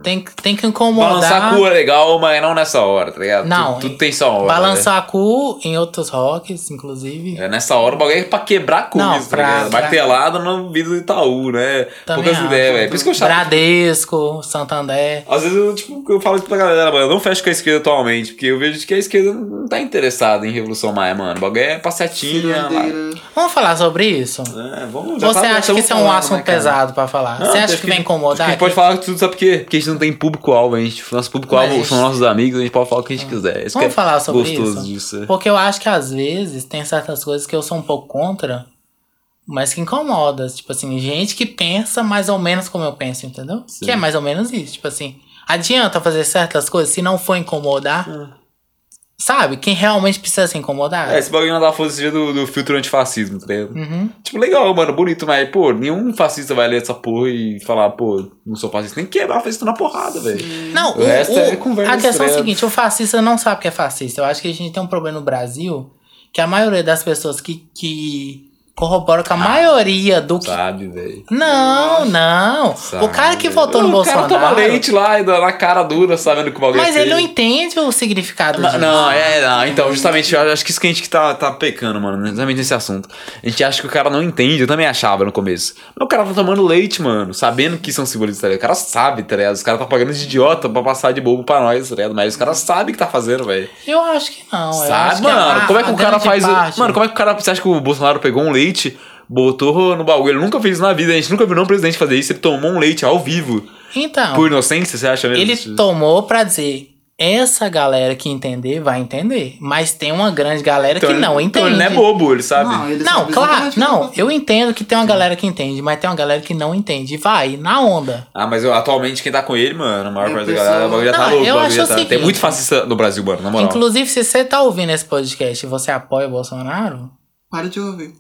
S1: Tem, que- tem que
S2: Balançar
S1: incomodar.
S2: a cu é legal, mas não nessa hora, tá ligado?
S1: Não,
S2: Tudo, tudo tem só hora.
S1: Balançar a cu em outros rocks, inclusive.
S2: né? É, nessa hora o bagulho é pra quebrar coisa,
S1: Não,
S2: tá
S1: pra-
S2: ligado?
S1: pra-
S2: Martelada no vidro do Itaú, né?
S1: Também
S2: Poucas
S1: acho.
S2: ideias, velho. Por isso que eu chato.
S1: Bradesco, Santander.
S2: Às vezes eu, tipo, eu falo isso pra galera, mano, eu não fecho com a esquerda atualmente, porque eu vejo que a esquerda não tá interessada em Revolução Maia, mano. O bagulho é passeatinha.
S3: Cirandeira.
S1: Vamos falar sobre isso?
S2: É, vamos, já
S1: Você
S2: tá- já
S1: acha que
S2: estamos
S1: isso é um
S2: falando,
S1: assunto
S2: né, cara?
S1: pesado pra falar?
S2: Não,
S1: Você
S2: acho
S1: acha que vai
S2: acho que
S1: incomodar?
S2: A gente pode falar tudo, sabe por quê? Porque a gente não tem público-alvo, a gente. Nosso público-alvo
S1: Mas a gente- Ah.
S2: são nossos amigos, a gente pode falar o que a gente quiser. Isso que
S1: Vamos
S2: é
S1: falar sobre
S2: gostoso
S1: isso?
S2: disso.
S1: Porque eu acho que às vezes tem certas coisas que eu sou um pouco contra, mas que incomoda. Tipo assim, gente que pensa mais ou menos como eu penso, entendeu? Que é mais ou menos isso. Tipo assim, adianta fazer certas coisas se não for incomodar. Sabe? Quem realmente precisa ser incomodado.
S2: Hum. É, esse bagulho não dá força esse dia do, do filtro antifascismo, tá ligado?
S1: Uhum.
S2: Tipo, legal, mano, bonito, mas, pô, nenhum fascista vai ler essa porra e falar, pô, não sou fascista. Nem quebrar fascista na porrada, velho.
S1: Não,
S2: O resto é conversa,
S1: a questão é
S2: né?
S1: a seguinte, o fascista não sabe que é fascista. Eu acho que a gente tem um problema no Brasil que a maioria das pessoas que, que corroboram
S2: Ah.
S1: com a maioria do que.
S2: Sabe, velho.
S1: Não, não.
S2: Sabe.
S1: O cara que votou no
S2: O cara
S1: Bolsonaro.
S2: toma leite lá e dá na cara dura, sabendo que o bagulho é
S1: Mas ele
S2: feio.
S1: não entende o significado
S2: Ma-
S1: disso.
S2: Não, é, não. Então, justamente, eu acho que isso que a gente que tá, tá pecando, mano, exatamente nesse assunto. A gente acha que o cara não entende, eu também achava no começo. Mas o cara tá tomando leite, mano, sabendo que são símbolos, tá ligado? O cara sabe, tá ligado? Os caras tá pagando de idiota pra passar de bobo pra nós, tá ligado? Mas os caras sabem o que tá fazendo, velho.
S1: Eu acho que não. eu acho
S2: Sabe,
S1: que a-
S2: mano?
S1: a-
S2: como é que
S1: a
S2: o cara
S1: grande
S2: faz. o-
S1: parte-
S2: Mano, como é que o cara. Você acha que o Bolsonaro pegou um leite, botou no bagulho? Ele nunca fez isso na vida, a gente nunca viu nenhum presidente fazer isso. Ele tomou um leite ao vivo.
S1: Então,
S2: Por inocência, você acha mesmo?
S1: ele tomou pra dizer. Essa galera que entender vai entender. Mas tem uma grande galera
S2: Então
S1: que
S2: ele-
S1: não
S2: Então
S1: entende.
S2: ele não é bobo, ele sabe.
S3: Não, ele
S1: Não,
S3: sabe
S1: claro,
S3: exatamente o que
S1: não,
S3: tá
S1: eu entendo que tem uma galera que entende, mas tem uma galera que não entende. Vai, na onda.
S2: Ah, mas eu- atualmente quem tá com ele, mano, a maior
S3: Eu
S2: parte da
S3: penso-
S2: galera, o bagulho já tá
S1: Não,
S2: louco.
S1: eu
S2: o bagulho
S1: acho
S2: já
S1: o
S2: tá- Tem
S1: seguinte-
S2: muito fascista no Brasil, mano, na moral.
S1: Inclusive, se você tá ouvindo esse podcast e você apoia o Bolsonaro,
S3: Para de ouvir.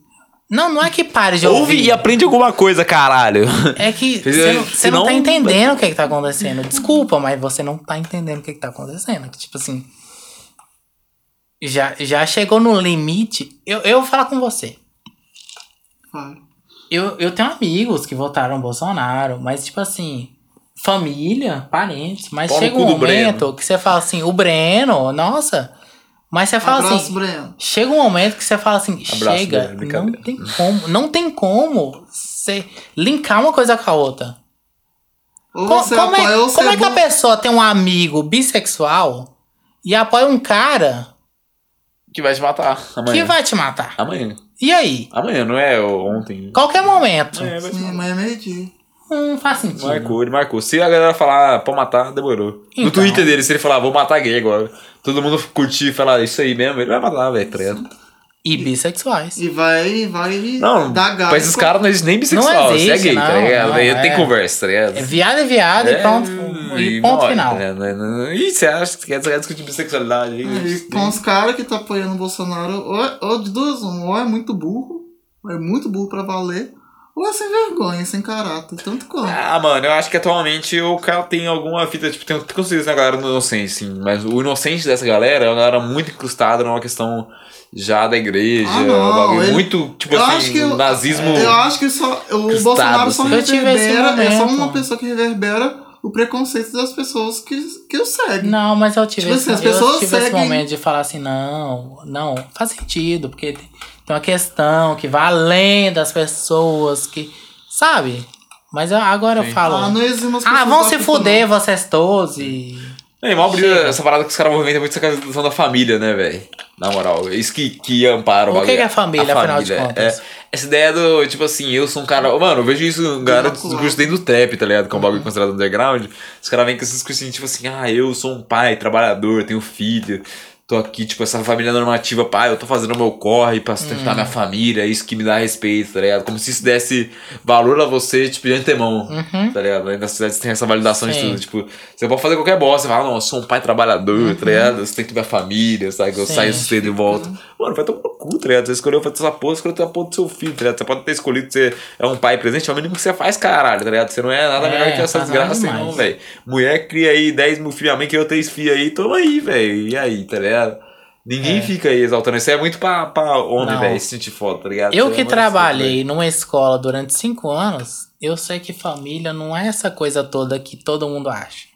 S1: não, não é que pare de
S2: Ouve
S1: ouvir.
S2: e aprende alguma coisa, caralho.
S1: É que
S2: Quer
S1: você
S2: dizer,
S1: não, você não
S2: senão-
S1: tá entendendo o que, que tá acontecendo. Desculpa, mas você não tá entendendo o que, que tá acontecendo. Que, Tipo assim. Já, já chegou no limite. Eu, eu vou falar com você.
S3: Para.
S1: Eu, eu tenho amigos que votaram Bolsonaro, mas tipo assim, família, parentes, mas
S2: Pau no
S1: chega
S2: cu
S1: um
S2: do
S1: momento
S2: Breno.
S1: que você fala assim, o Breno, nossa. Mas você fala
S3: Abraço,
S1: assim,
S3: Breno.
S1: chega um momento que você fala assim,
S2: Abraço,
S1: chega,
S2: Breno,
S1: não
S2: brincadeira.
S1: tem como, não tem como você linkar uma coisa com a outra.
S3: Ou
S1: Co-
S3: você
S1: como
S3: apoia
S1: é,
S3: ou você
S1: como é que a
S3: bo-
S1: pessoa tem um amigo bissexual e apoia um cara
S2: [laughs] Que vai te matar. Amanhã.
S1: que vai te matar?
S2: Amanhã.
S1: E aí?
S2: Amanhã, não é o- ontem.
S1: Qualquer momento. Hum,
S2: Amanhã vai te
S3: Sim,
S2: matar.
S3: mas é meio-dia.
S1: Não faz sentido.
S2: Marcou, ele marcou. Se a galera falar, ah, pode matar, demorou. No
S1: Então.
S2: Twitter dele, se ele falar, vou matar gay agora. Todo mundo curtir e falar isso aí mesmo, ele vai matar, velho, tá ligado?
S1: E bissexuais.
S3: E vai, vai
S2: Não,
S3: dar gás.
S2: mas esses caras não existem nem bissexual,
S1: Não
S2: você é
S1: existe,
S2: gay, tá
S1: não,
S2: ligado?
S1: não,
S2: Aí tem
S1: é.
S2: conversa, tá ligado?
S1: É viado é viado e pronto. E ponto
S2: morre,
S1: final. Ah,
S2: né? Não, não, não. Ih, você acha que você quer discutir bissexualidade? aí?
S3: É, E com os caras que tá apoiando o Bolsonaro, ou, é- ou de duas, uma, ou é muito burro, ou é muito burro pra valer, ou é sem vergonha, sem caráter, tanto quanto.
S2: Ah, mano, eu acho que atualmente o cara tem alguma fita, tipo, tem um preconceito na galera do inocente, sim. Mas o inocente dessa galera é uma galera muito incrustada numa questão já da igreja.
S3: Ah, não,
S2: um bagulho
S3: ele-
S2: muito, tipo
S3: Eu acho
S2: assim,
S3: que o-
S2: nazismo.
S3: Eu acho que só, o
S2: Estado,
S3: Bolsonaro só
S1: assim. Eu tive esse
S3: reverbera, é só
S1: momento.
S3: uma pessoa que reverbera o preconceito das pessoas que, que o seguem.
S1: Não, mas eu tive,
S3: Tipo
S1: esse,
S3: assim, as
S1: eu
S3: pessoas
S1: tive esse
S3: seguem-
S1: momento de falar assim, não, não, faz sentido, porque tem tem uma questão que vai além das pessoas que. Sabe? Mas eu- agora eu falo.
S3: Ah, não existe umas
S1: Ah,
S3: pessoas
S1: vão
S3: da
S1: se
S3: culpa,
S1: fuder vocês todos e.
S2: É, mal brilha
S1: Chega.
S2: essa parada que os caras movimentam muito essa questão da família, né, velho? Na moral, isso que, que ampara
S1: O que
S2: bagulho.
S1: que é família,
S2: A
S1: afinal de contas?
S2: É, essa ideia do, tipo assim, eu sou um cara. Mano, eu vejo isso em galera dos
S3: Inoculado.
S2: discursos dentro do trap, tá ligado? Que é um bagulho considerado underground. Os caras vêm com esses discursos tipo assim, ah, eu sou um pai, trabalhador, tenho filho. Tô aqui, tipo, essa família normativa, pai, eu tô fazendo o meu corre pra sustentar minha família, é isso que me dá respeito, tá ligado? Como se isso desse valor a você, tipo, de antemão,
S1: Uhum.
S2: tá ligado? Ainda cidades tem essa validação de
S1: Sim.
S2: tudo, Tipo, você pode fazer qualquer bosta, você fala, não, eu sou um pai trabalhador, tá ligado? Você tem que ter minha família, sabe? Eu
S1: Uhum. Sim. tipo,
S2: saio cedo e volto. Mano, vai tomar no cu, tá ligado? Você escolheu fazer essa porra, você escolheu ter a porra do seu filho, tá ligado? Você pode ter escolhido ser é um pai presente, é o mínimo que você faz, caralho, tá ligado? Você não é nada
S1: É,
S2: melhor que essa
S1: faz
S2: desgraça,
S1: nada
S2: aí, não,
S1: demais.
S2: velho. Mulher cria aí 10 mil filhos, a mãe criou 3 filhos aí, toma aí, velho. E aí, tá ligado? Ninguém
S1: É.
S2: fica aí exaltando isso. É muito pra, pra homem,
S1: Não.
S2: velho, se sentir foda, tá ligado?
S1: Eu
S2: Você
S1: que
S2: é mais cedo,
S1: trabalhei numa escola durante cinco anos, eu sei que família não é essa coisa toda que todo mundo acha.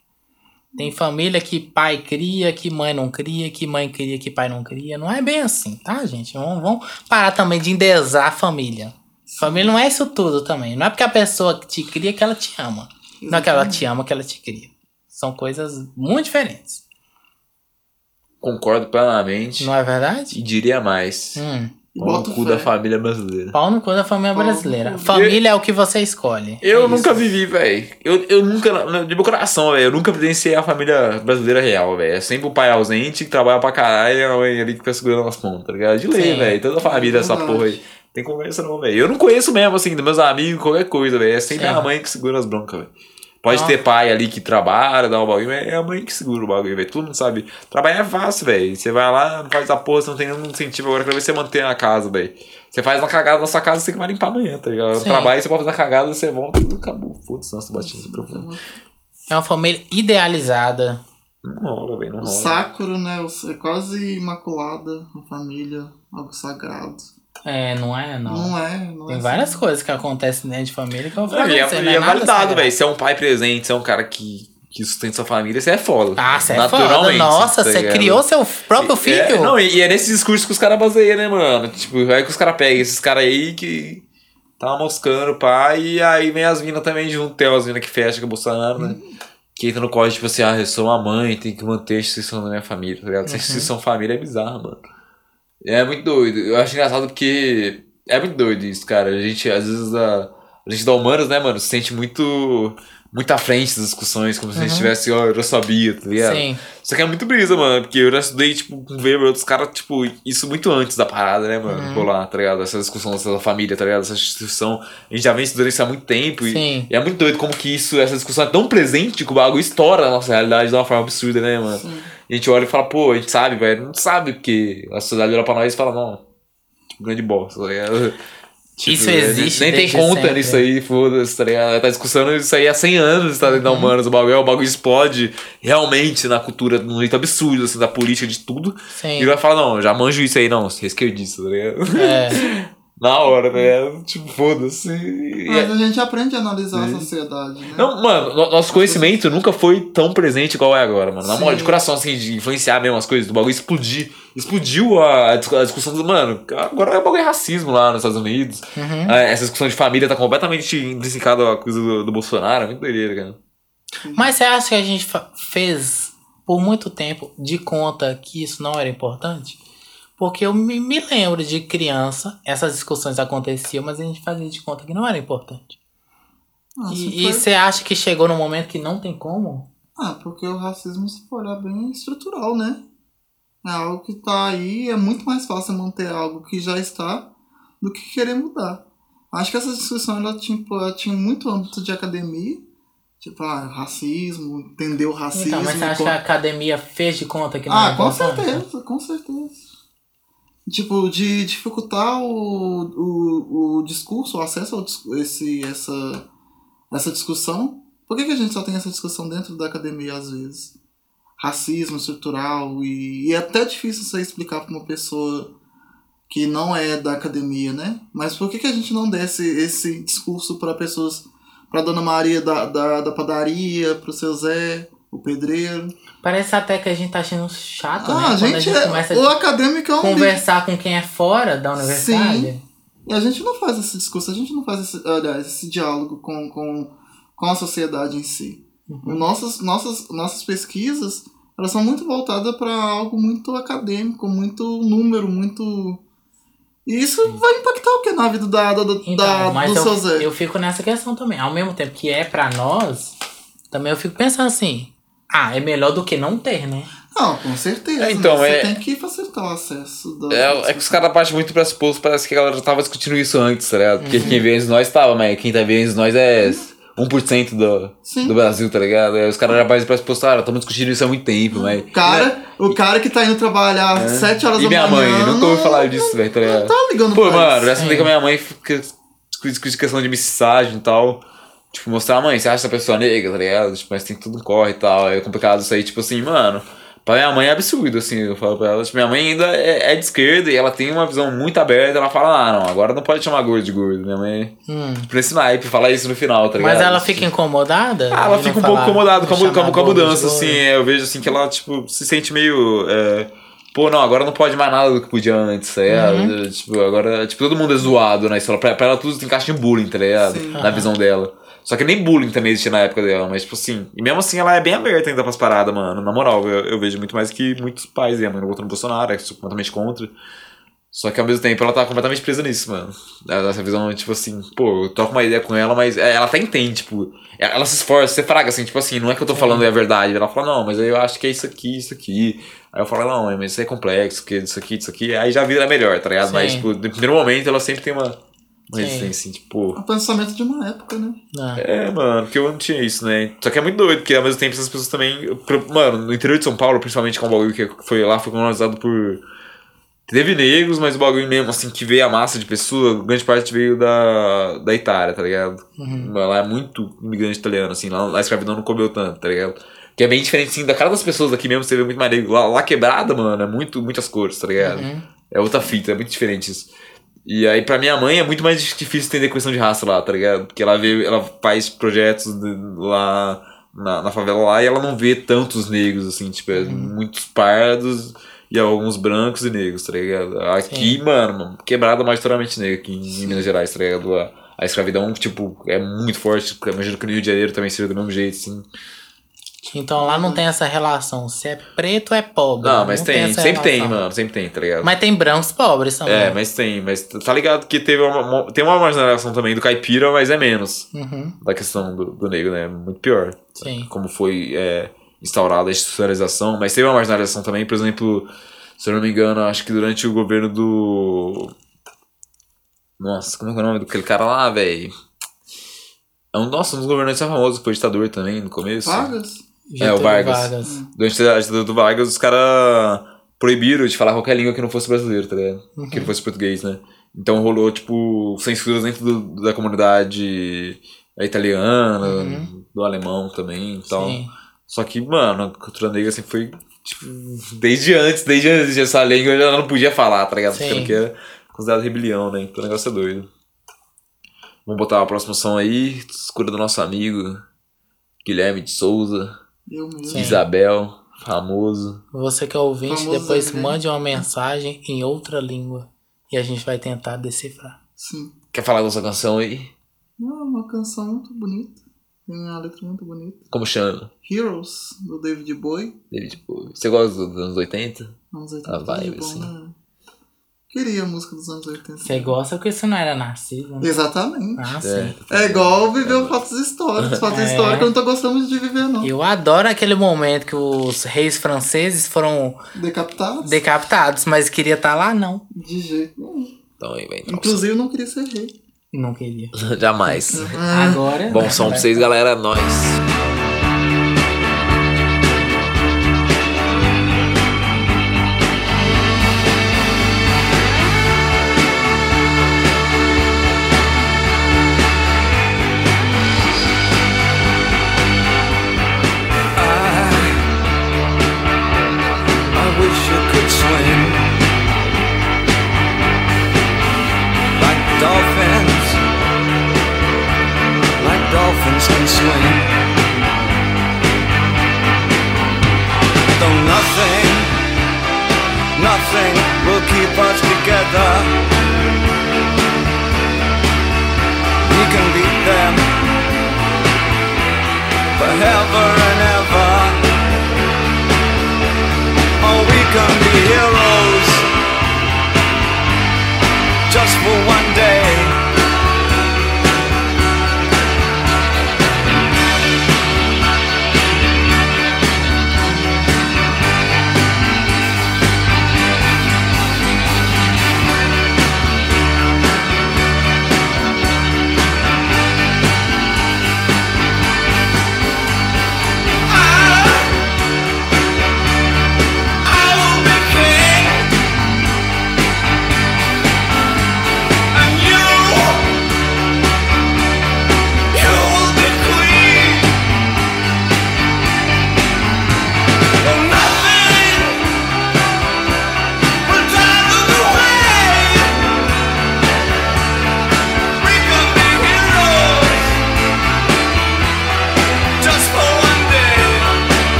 S1: Tem família que pai cria, que mãe não cria, que mãe cria, que pai não cria. Não é bem assim, tá, gente? Vamos, vamos parar também de endezar a família. Família não é isso tudo também. Não é porque a pessoa que te cria que ela te ama. Não é que ela te ama que ela te cria. São coisas muito diferentes.
S2: Concordo plenamente.
S1: Não é verdade?
S2: E diria mais.
S1: Hum.
S2: Pau
S3: Boto
S2: no cu
S3: fé.
S2: da família brasileira.
S1: Pau no cu da família
S3: Pau no
S1: brasileira.
S3: cu.
S1: Família é o que você escolhe.
S2: Eu nunca vivi, velho. Eu, eu nunca, de meu coração, velho, eu nunca presenciei a família brasileira real, velho. É sempre o pai ausente que trabalha pra caralho e a mãe ali que fica segurando as pontas, tá ligado? De lei,
S1: Sim.
S2: velho. Toda a família, é essa
S3: Verdade.
S2: porra aí. Tem conversa não, velho. Eu não conheço mesmo, assim, dos meus amigos, qualquer coisa, velho. É sempre
S1: Sim.
S2: a mãe que segura as broncas, velho. Pode
S1: Ah.
S2: ter pai ali que trabalha, dá um bagulho, mas é a mãe que segura o bagulho, velho. Todo mundo sabe. Trabalhar é fácil, velho. Você vai lá, não faz a porra, você não tem nenhum incentivo agora pra ver se você mantém a casa, velho. Você faz uma cagada na sua casa, você que vai limpar amanhã, tá ligado?
S1: Sim.
S2: Trabalha, você pode fazer uma cagada, você volta, tudo acabou. Foda-se, nossa, bati nesse microfone.
S1: É uma família idealizada.
S2: Não rola, velho, não rola.
S3: Sakura, né? o- É quase imaculada, uma família, algo sagrado.
S1: É, não é, não.
S3: Não, é, não
S1: Tem
S3: é.
S1: várias coisas que acontecem dentro de família que eu vou
S2: assim. Não, e é,
S1: você,
S2: e
S1: não
S2: é
S1: nada
S2: validado,
S1: sagrado.
S2: velho. Você é um pai presente, você é um cara que, que sustenta sua família, você é foda.
S1: Ah, você é foda.
S2: Naturalmente,
S1: Nossa,
S2: tá
S1: você
S2: ligado?
S1: criou seu próprio filho?
S2: É, não, e, e é nesse discurso que os caras baseiam, né, mano? Tipo, aí que os caras pegam esses caras aí que tá moscando, pai, e aí vem as minas também junto. Tem as minas que fecha com o Bolsonaro, né? Que entra no corte, tipo assim, ah, eu sou uma mãe, tem que manter a instituição da minha família, tá ligado?
S1: Uhum.
S2: Essa instituição família é bizarra, mano. É muito doido. Eu acho engraçado porque é muito doido isso, cara. A gente, às vezes, a, a gente da Humanos, né, mano, se sente muito, muito à frente das discussões, como se
S1: Uhum.
S2: a gente tivesse, ó, eu sabia, tá ligado?
S1: Sim.
S2: Só que é muito brisa, mano, porque eu já estudei, tipo, com ver outros caras, tipo, isso muito antes da parada, né, mano? Rolar, tá ligado? Essa discussão dessa família, tá ligado? Essa instituição. A gente já vem estudando isso há muito tempo. e-
S1: Sim.
S2: E, é muito doido como que isso, essa discussão é tão presente que o bagulho estoura na nossa realidade de uma forma absurda, né, mano? E a gente olha e fala, pô, a gente sabe, velho. Não sabe, porque a sociedade olha pra nós e fala, não, tipo, grande bosta, tá ligado? Tipo,
S1: Isso
S2: a gente
S1: existe
S2: Nem tem
S1: desde
S2: conta
S1: sempre. né?
S2: nisso aí, foda-se, tá ligado? Tá discutindo isso aí há 100 anos, tá
S1: Uhum.
S2: ligado? Humanos, o bagulho, o bagulho explode realmente na cultura, num jeito absurdo, assim, da política, de tudo.
S1: Sim.
S2: E vai falar, não, já manjo isso aí, não, você é esquerdista, tá ligado? [laughs]
S1: É.
S2: Na hora, tá ligado? Tipo, foda-se. E Uhum. é-
S3: Mas a gente aprende a analisar a sociedade, né?
S2: Não, mano, no- nosso conhecimento nunca foi tão presente igual é agora, mano. Na
S3: Sim.
S2: moral, de coração, assim, de influenciar mesmo as coisas, do bagulho explodir. Explodiu a, a dis- a discussão do. Mano, agora é o bagulho é racismo lá nos Estados Unidos.
S1: Uhum.
S2: Ah, Essa discussão de família tá completamente intrincada a coisa do, do Bolsonaro. é Muito doideira, cara.
S1: Mas você acha que a gente fa- fez por muito tempo de conta que isso não era importante? Porque eu me, me lembro de criança, essas discussões aconteciam, mas a gente fazia de conta que não era importante.
S3: Ah, se
S1: E e
S3: for-
S1: você acha que chegou num momento que não tem como?
S3: Ah, porque o racismo, se for olhar bem, é estrutural, né? É algo que tá aí, é muito mais fácil manter algo que já está do que querer mudar. Acho que essa discussão ela, tipo, ela tinha muito âmbito de academia, tipo, ah, racismo, entender o racismo.
S1: então, mas você acha
S3: co-
S1: que a academia fez de conta que é não era
S3: Ah, com
S1: importante?
S3: certeza, com certeza. Tipo, de dificultar o, o, o discurso, o acesso a esse, essa, essa discussão. Por que, que a gente só tem essa discussão dentro da academia às vezes? Racismo estrutural e, e é até difícil você explicar para uma pessoa que não é da academia, né? Mas por que, que a gente não desse esse discurso para pessoas, para Dona Maria da, da, da padaria, para o seu Zé, o pedreiro?
S1: Parece até que a gente tá achando chato, né?
S3: Ah,
S1: Quando
S3: gente,
S1: a gente
S3: é-
S1: começa
S3: o
S1: a
S3: acadêmico é um bicho.
S1: conversar com quem é fora da universidade.
S3: Sim. E a gente não faz esse discurso, a gente não faz esse, aliás, esse diálogo com, com, com a sociedade em si.
S1: Uhum.
S3: Nossas, nossas, nossas pesquisas, elas são muito voltadas para algo muito acadêmico, muito número, muito... E isso vai impactar o que na vida da, da, da, da-
S1: Então, mas
S3: do
S1: eu,
S3: seu Zé?
S1: eu fico nessa questão também. Ao mesmo tempo que é pra nós, também eu fico pensando assim: ah, é melhor do que não ter, né?
S3: Não, com certeza.
S2: É, então,
S3: né?
S2: é-
S3: Você tem que facilitar o acesso. Da,
S2: É, é que os caras partem muito pressuposto, parece que a galera já tava discutindo isso antes, tá ligado? Porque quem veio antes de nós tava, mas quem tá vindo antes de nós é 1% do,
S3: Sim.
S2: do Brasil, tá ligado? Aí Os caras já partem do pressuposto, ah, estamos discutindo isso há muito tempo, mas.
S1: Né?
S3: Cara, o cara que tá indo
S1: É.
S3: trabalhar às 7 horas
S2: E
S3: da
S2: minha
S3: manhã...
S2: mãe, nunca ouvi falar
S3: não-
S2: disso, velho, tá
S3: Não
S2: ligado?
S3: tá ligando
S2: Pô,
S3: pra
S2: mano, é
S3: isso.
S2: já sentei com a minha mãe e fica discutindo questão de mensagem e tal. Tipo, mostrar, mãe, você acha essa pessoa negra, tá ligado? Tipo, mas tem tudo corre e tal. É complicado isso aí, tipo assim, mano. Pra minha mãe é absurdo, assim, eu falo pra ela. Tipo, minha mãe ainda é, é de esquerda e ela tem uma visão muito aberta. Ela fala, ah, não, agora não pode chamar gordo de gordo. Minha mãe,
S1: Hum.
S2: pra esse naipe, falar isso no final, tá ligado?
S1: Mas ela
S2: Tipo,
S1: fica incomodada?
S2: ah, ela
S1: de
S2: fica um
S1: não
S2: pouco
S1: falar-
S2: incomodada com a,
S1: de
S2: mu- com a-
S1: chamar
S2: com a
S1: gordo de
S2: mudança,
S1: gordo?
S2: assim. é, eu vejo assim que ela, tipo, se sente meio. é, Pô, não, agora não pode mais nada do que podia antes, tá ligado? É, Tipo, agora. Tipo, todo mundo é zoado na escola. Pra, pra ela tudo tem caixa de bullying, tá ligado?
S3: Sim.
S2: Na visão dela. Só que nem bullying também existia na época dela, mas, tipo assim. E mesmo assim, ela é bem aberta ainda pras paradas, mano. Na moral, eu, eu vejo muito mais que muitos pais, e a mãe não votou no Bolsonaro, é completamente contra. Só que ao mesmo tempo ela tá completamente presa nisso, mano. Ela- Essa visão, tipo assim, pô, eu troco uma ideia com ela, mas é, ela até entende, tipo, ela ela se esforça, você fraga, assim, tipo assim, não é que eu tô falando é a verdade. Ela fala, não, mas aí eu acho que é isso aqui, isso aqui. Aí eu falo, não, mãe, mas isso é complexo, que isso aqui, isso aqui. Aí já vira melhor, tá ligado? Mas,
S1: Sim.
S2: tipo, no primeiro momento ela sempre tem uma, uma
S1: Sim.
S2: resistência, assim, tipo.
S3: O um pensamento de uma época, né?
S1: Não.
S2: É, mano, porque eu não tinha isso, né? Só que é muito doido, porque ao mesmo tempo essas pessoas também. pro- Mano, no interior de São Paulo, principalmente com o bagulho que foi lá, foi colonizado por. Teve negros, mas o bagulho mesmo, assim, que veio a massa de pessoa, grande parte veio da, da Itália, tá ligado? Lá é muito imigrante italiano, assim, lá, lá a escravidão não comeu tanto, tá ligado? Que é bem diferente, sim, da cara das pessoas aqui mesmo, você vê muito maneiro. Lá, lá quebrada, mano, é muito, muitas cores, tá ligado? É outra fita, é muito diferente isso. E aí, pra minha mãe, é muito mais difícil entender questão de raça lá, tá ligado? Porque ela vê, ela faz projetos de- lá na, na favela lá e ela não vê tantos negros, assim, tipo, é muitos pardos e alguns brancos e negros, tá ligado? Aqui, mano, quebrada majoritariamente negra aqui em Minas Gerais, tá ligado? A, a escravidão, tipo, é muito forte. Eu imagino que no Rio de Janeiro também seria do mesmo jeito, assim.
S1: Então lá não tem essa relação. Se é preto, é pobre.
S2: Não, mas tem,
S1: essa
S2: sempre tem,
S1: relação.
S2: mano, sempre tem, tá ligado?
S1: Mas tem brancos pobres também.
S2: É, mas tem, mas tá ligado que teve uma, uma- tem uma marginalização também do caipira, mas é menos
S1: Uhum,
S2: da questão do, do negro, né? Muito pior.
S1: sim.
S2: Como foi é, instaurada a institucionalização, mas teve uma marginalização também, por exemplo, se eu não me engano, acho que durante o governo do. Nossa, como é que é o nome daquele cara lá, velho? É um, nossa, um dos governantes mais famosos, foi ditador também no começo.
S3: Pagas?
S2: É, o
S1: Getúlio
S2: Vargas. Durante a ditadura do Vargas, os caras proibiram de falar qualquer língua que não fosse brasileiro, tá ligado? Que não fosse português, né? Então rolou, tipo, censuras dentro do- da comunidade italiana,
S1: Uhum.
S2: do alemão também e tal.
S1: Sim.
S2: Só que, mano, a cultura negra sempre foi, tipo, desde antes, desde antes de essa língua, ela não podia falar, tá ligado?
S1: Sim.
S2: Porque era- era considerado rebelião, né? Então o negócio é doido. Vamos botar a próxima som aí, escura do nosso amigo Guilherme de Souza.
S3: Eu mesmo.
S1: Sim.
S2: Isabel, famoso.
S1: Você que é ouvinte,
S3: Famoso
S1: depois
S3: Zé, né?
S1: mande uma mensagem em outra língua. E a gente vai tentar decifrar.
S3: Sim.
S2: Quer falar da sua canção aí?
S3: Não, É uma canção muito bonita. Tem uma letra muito bonita.
S2: Como chama?
S3: Heroes, do David Bowie.
S2: David Bowie. Você gosta dos anos 80?
S3: Anos
S2: A
S3: 80.
S2: vibe,
S3: de bom,
S2: assim.
S3: né? Queria a música dos anos 80.
S1: Você gosta porque você não era nascido, né?
S3: Exatamente.
S1: Ah,
S2: É.
S1: sim.
S3: É igual viver fatos
S1: [laughs]
S3: históricos. Fatos
S1: É.
S3: históricos eu não tô gostando de viver, não.
S1: Eu adoro aquele momento que os reis franceses foram
S3: Decapitados?
S1: decapitados, mas queria estar lá, não.
S3: De jeito nenhum.
S2: Então aí, vai entrar um
S3: Inclusive, eu não queria ser rei.
S1: Não queria.
S2: som. [laughs] Jamais.
S1: Uhum. Agora.
S2: Bom som pra vocês, galera. Nós.
S4: I wish you could swim like dolphins, like dolphins can swim. Though nothing, nothing will keep us together. We can beat them forever and ever. Oh, we can be heroes just for one day.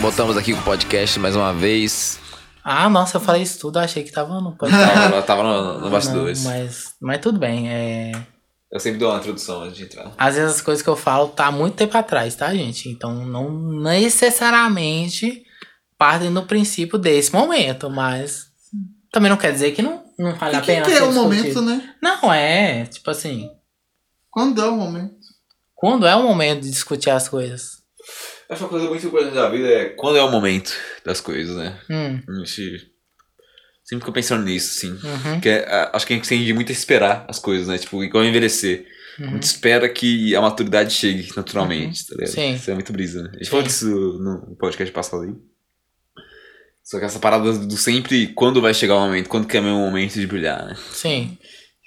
S2: Voltamos aqui com o podcast mais uma vez.
S1: Ah, nossa, eu falei isso tudo, achei que tava no podcast.
S2: Tava, lá- tava no, no bastidores.
S1: Não, mas, mas tudo bem. é,
S2: Eu sempre dou uma introdução antes de entrar.
S1: Às vezes as coisas que eu falo tá há muito tempo atrás, tá, gente? Então não necessariamente partem do princípio desse momento, mas também não quer dizer que não, não vale
S3: E
S1: a
S3: que,
S1: pena.
S3: que é
S1: ser
S3: o momento,
S1: discutido.
S3: né?
S1: Não, é, tipo assim,
S3: Quando é o momento?
S1: quando é o momento de discutir as coisas?
S2: Acho que uma coisa muito importante da vida é quando é o momento das coisas, né?
S1: Hum,
S2: A gente sempre fica pensando nisso, assim.
S1: uhum,
S2: Que é- a- acho que a gente tem de muito a esperar as coisas, né? Tipo, igual envelhecer. A
S1: uhum.
S2: gente espera que a maturidade chegue naturalmente, tá ligado?
S1: Sim.
S2: Isso é muito brisa, né? A gente falou
S1: Sim.
S2: disso no podcast passado aí. Só que essa parada do sempre quando vai chegar o momento, quando que é meu momento de brilhar, né?
S1: Sim.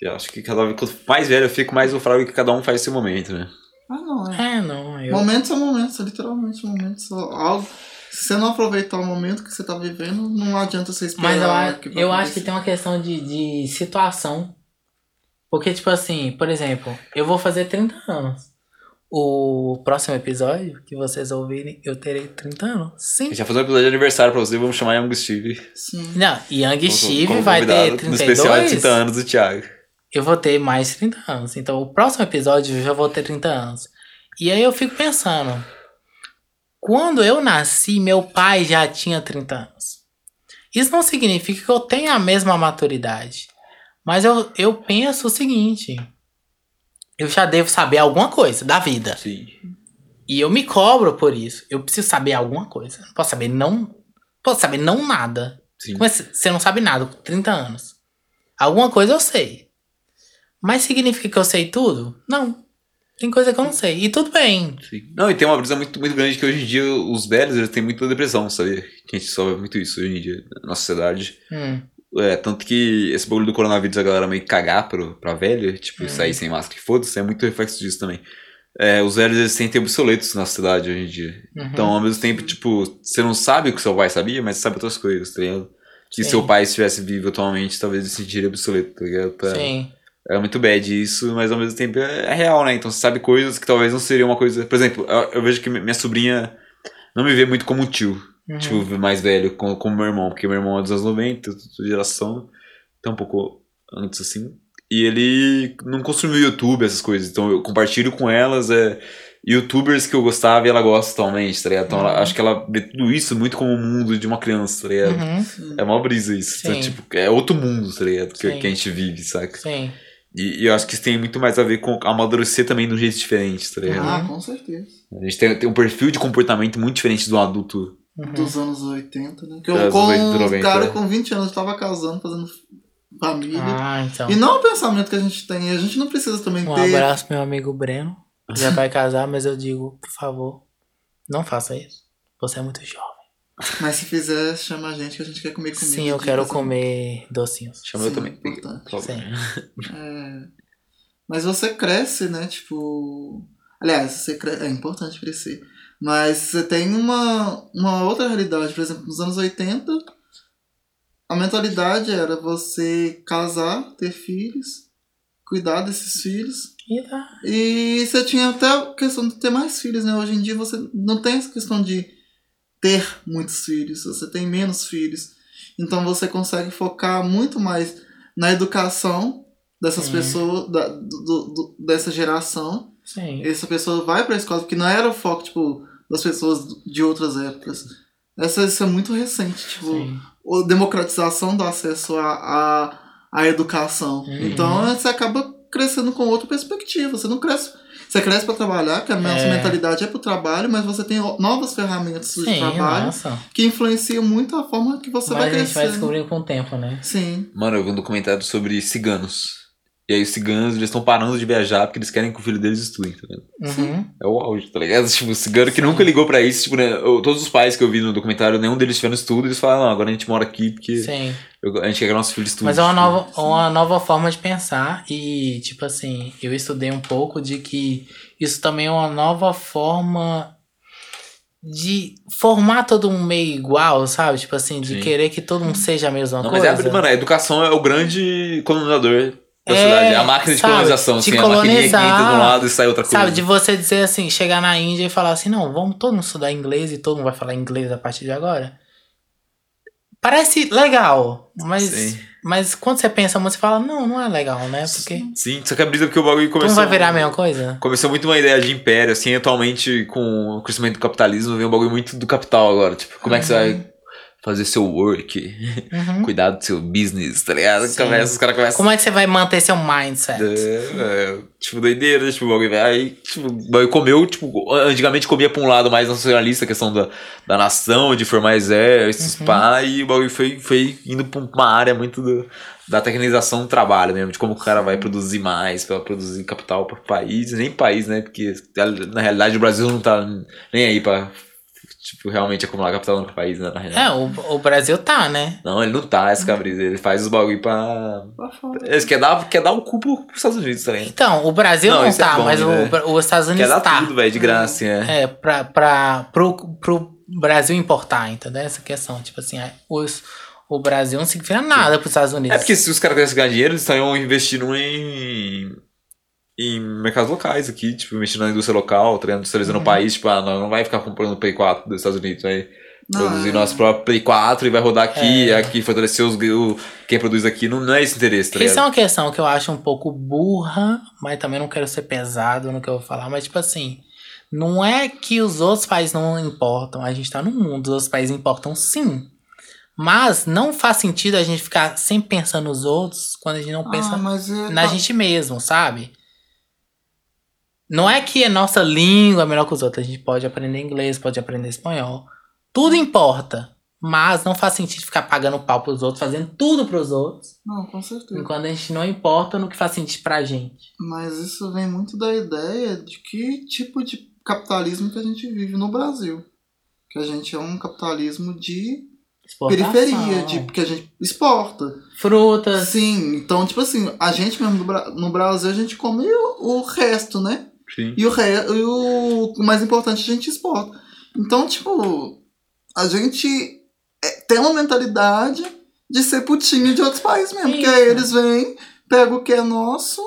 S2: Eu acho que cada vez quanto mais velho eu fico, mais eu falo que cada um faz seu momento, né?
S3: Ah, não, é.
S1: É, não, eu.
S3: Momentos são momentos, é literalmente momentos. só Algo. Se você não aproveitar o momento que você tá vivendo, não adianta você esperar.
S1: Mas
S3: o
S1: eu, a-
S3: vai
S1: eu acho que
S3: acontecer.
S1: tem uma questão de, de situação. Porque, tipo assim, por exemplo, eu vou fazer 30 anos. O próximo episódio que vocês ouvirem, eu terei 30 anos. Sim.
S2: A gente vai fazer um episódio de aniversário pra você, vamos chamar Young Steve.
S1: tá-
S3: Sim.
S1: Não, Young
S2: como-
S1: Steve
S2: como
S1: vai ter
S2: convidado No especial de
S1: 32.
S2: 30 anos do Thiago.
S1: Eu vou ter mais 30 anos. Então, o próximo episódio eu já vou ter 30 anos. E aí eu fico pensando. Quando eu nasci, meu pai já tinha 30 anos. Isso não significa que eu tenha a mesma maturidade. Mas eu, eu penso o seguinte. Eu já devo saber alguma coisa da vida.
S2: Sim.
S1: E eu me cobro por isso. Eu preciso saber alguma coisa. Não posso saber não. Posso saber não nada.
S2: Sim.
S1: Como é que você não sabe nada com 30 anos? Alguma coisa eu sei. Mas significa que eu sei tudo? Não. Tem coisa que eu não sei. E tudo bem.
S2: Sim. Não, e tem uma brisa muito, muito grande que hoje em dia os velhos eles têm muita depressão, sabe? Que a gente sofre muito isso hoje em dia na nossa sociedade.
S1: Hum,
S2: É, tanto que esse bagulho do coronavírus, a galera meio que cagar pro, pra velha, tipo,
S1: Hum.
S2: sair sem máscara e foda-se, é muito reflexo disso também. É, os velhos eles se sentem obsoletos na sociedade hoje em dia.
S1: uhum.
S2: Então, ao mesmo tempo, tipo, você não sabe o que seu pai sabia, mas você sabe outras coisas, tá ligado? Que
S1: Sim.
S2: seu pai estivesse vivo atualmente, talvez ele se sentiria obsoleto, tá ligado? Tá-
S1: Sim.
S2: é muito bad isso, mas ao mesmo tempo é, é real, né? Então você sabe coisas que talvez não seria uma coisa. Por exemplo, eu, eu vejo que mi- minha sobrinha não me vê muito como um tio,
S1: Uhum.
S2: tipo, mais velho, como, como meu irmão, porque meu irmão é dos anos 90, sua geração, então um pouco antes assim. E ele não consumiu YouTube, essas coisas, então eu compartilho com elas é, youtubers que eu gostava e ela gosta atualmente, tá ligado? Então
S1: Uhum.
S2: ela- acho que ela vê tudo isso muito como o mundo de uma criança, tá ligado?
S1: Uhum.
S2: É mó brisa isso, então,
S1: Sim.
S2: tipo, é outro mundo, tá ligado? Que,
S1: Sim.
S2: que a gente vive, saca?
S1: Sim.
S2: E, e eu acho que isso tem muito mais a ver com amadurecer também de um jeito diferente, tá ligado?
S3: Ah, com certeza.
S2: A gente tem, tem um perfil de comportamento muito diferente de um adulto.
S1: Uhum.
S3: Dos anos 80, né? Que
S2: Das
S3: eu, com
S2: oito,
S3: um
S2: 90, né?
S3: cara com 20 anos tava casando, fazendo família.
S1: Ah, então.
S3: E não é o pensamento que a gente tem. A gente não precisa também
S1: Um
S3: ter.
S1: abraço, meu amigo Breno. Já vai casar, mas eu digo, por favor, não faça isso. Você é muito jovem.
S3: Mas se fizer, chama a gente que a gente quer comer comida.
S1: Sim, eu
S3: de Tá
S1: quero
S3: casamento.
S1: comer docinhos.
S2: Chama eu
S3: Sim,
S2: também.
S3: importante.
S2: Por favor.
S1: Sim.
S3: É. Mas você cresce, né? Tipo. Aliás, você cre... é importante crescer. Mas você tem uma, uma outra realidade. Por exemplo, nos anos 80, a mentalidade era você casar, ter filhos, cuidar desses filhos.
S1: E tá.
S3: E você tinha até a questão de ter mais filhos, né? Hoje em dia você não tem essa questão de ter muitos filhos, você tem menos filhos. Então você consegue focar muito mais na educação dessas
S1: Sim.
S3: pessoas, da- do- do- do- dessa geração.
S1: Sim.
S3: Essa pessoa vai pra escola, porque não era o foco, tipo, das pessoas de outras épocas. Essa, isso é muito recente, tipo,
S1: Sim.
S3: o- democratização do acesso à à- à educação.
S1: Uhum.
S3: Então você acaba crescendo com outra perspectiva. Você não cresce. Você cresce para trabalhar, que a nossa
S1: É.
S3: mentalidade é pro trabalho, mas você tem o- novas ferramentas de
S1: Sim,
S3: trabalho
S1: nossa.
S3: que influenciam muito a forma que você
S1: Mas
S3: vai
S1: a gente vai
S3: crescer.
S1: descobrindo com o tempo, né?
S3: Sim.
S2: Mano, eu vi um documentário sobre ciganos. E aí os ciganos, eles estão parando de viajar porque eles querem que o filho deles estude, tá ligado?
S1: Uhum.
S2: É o auge, tá ligado? [laughs] Tipo, o cigano que nunca ligou pra isso, tipo, né? eu- todos os pais que eu vi no documentário, nenhum deles tiveram estudo, eles falaram, não, agora a gente mora aqui porque
S1: Sim.
S2: eu- a gente quer que nossos filhos estudem.
S1: Mas é uma
S2: tipo.
S1: nova, uma nova forma de pensar. E, tipo assim, eu estudei um pouco de que isso também é uma nova forma de formar todo mundo meio igual, sabe? Tipo assim, de
S2: Sim. Uhum.
S1: querer que todo mundo seja a mesma
S2: Não, mas
S1: coisa.
S2: é, a- mano, a educação é o grande é colonizador da
S1: É,
S2: cidade. É a máquina de
S1: sabe,
S2: colonização,
S1: de
S2: assim. A maquininha que entra de um
S1: colonizar.
S2: lado e sai outra coisa.
S1: Sabe, de você dizer assim, chegar na Índia e falar assim, não, vamos todo mundo estudar inglês e todo mundo vai falar inglês a partir de agora. Parece legal, mas,
S2: Sim.
S1: mas quando você pensa muito, você fala, não, não é legal, né? Porque
S2: Sim, só que a brisa porque o bagulho
S1: todo
S2: começou... um
S1: mundo vai virar a mesma coisa.
S2: Começou muito uma ideia de império, assim, atualmente com o crescimento do capitalismo vem um bagulho muito do capital agora. Tipo, como é que você vai fazer seu work, [laughs]
S1: Uhum.
S2: cuidar do seu business, tá ligado?
S1: Sim.
S2: Começa, os caras começam.
S1: Como é que você vai manter seu mindset?
S2: É, é, tipo, doideira, tipo, o bagulho vai- aí, tipo, o bagulho comeu, tipo, antigamente comia pra um lado mais nacionalista, a questão da, da nação, de formar exércitos, pá, e o bagulho foi, foi indo pra uma área muito do- da tecnização do trabalho mesmo, de como o cara vai produzir mais, pra produzir capital pro país, nem país, né, porque na realidade o Brasil não tá nem aí pra, tipo, realmente acumular capital no país, né, na realidade.
S1: É, o, o Brasil tá, né?
S2: Não, ele não tá, esse cabrisa, ele faz os bagulho pra... Ele quer dar, quer dar o cu pro- pros Estados Unidos também.
S1: Então, o Brasil
S2: Não,
S1: não,
S2: isso é
S1: tá,
S2: bom,
S1: mas
S2: né?
S1: o, Bra- os Estados
S2: Quer
S1: Unidos
S2: dar
S1: tá.
S2: tudo, velho, de graça, assim, né?
S1: É, pra, pra, pro, pro Brasil importar, entendeu? Essa questão, tipo assim, é, os, o Brasil não significa nada pros Estados
S2: É,
S1: Unidos.
S2: porque se os caras quisessem ganhar dinheiro, eles estariam investindo em. em mercados locais aqui, tipo, investindo na indústria local, tá ligado? industrializando o país, tipo, ah, não, não vai ficar comprando Play 4 dos Estados Unidos, vai
S3: é.
S2: produzir nosso próprio Play 4 e vai rodar aqui, aqui fortalecer os, o, quem produz aqui, não, não é esse interesse, tá
S1: Isso é
S2: ligado?
S1: uma questão que eu acho um pouco burra, mas também não quero ser pesado no que eu vou falar, mas tipo assim, não é que os outros países não importam, a gente tá num mundo, os outros países importam sim. Mas não faz sentido a gente ficar sempre pensando nos outros quando a gente não pensa
S3: Ah, mas é,
S1: na
S3: tá-
S1: gente mesmo, sabe? Não é que a nossa língua é melhor que os outros. A gente pode aprender inglês, pode aprender espanhol. Tudo importa. Mas não faz sentido ficar pagando pau pros outros, fazendo tudo pros outros,
S3: Não, com certeza.
S1: enquanto a gente não importa no que faz sentido pra gente.
S3: Mas isso vem muito da ideia de que tipo de capitalismo que a gente vive no Brasil. Que a gente é um capitalismo de
S1: Exportação, é.
S3: periferia, tipo. de, que a gente exporta.
S1: frutas.
S3: Sim, então, tipo assim, a gente mesmo no, Bra- no Brasil, a gente come o, o resto, né?
S2: Sim.
S3: E o, re, e o o mais importante a gente exporta. Então, tipo, a gente é- tem uma mentalidade de ser putinho de outros países mesmo. Porque aí
S1: Isso.
S3: eles vêm, pegam o que é nosso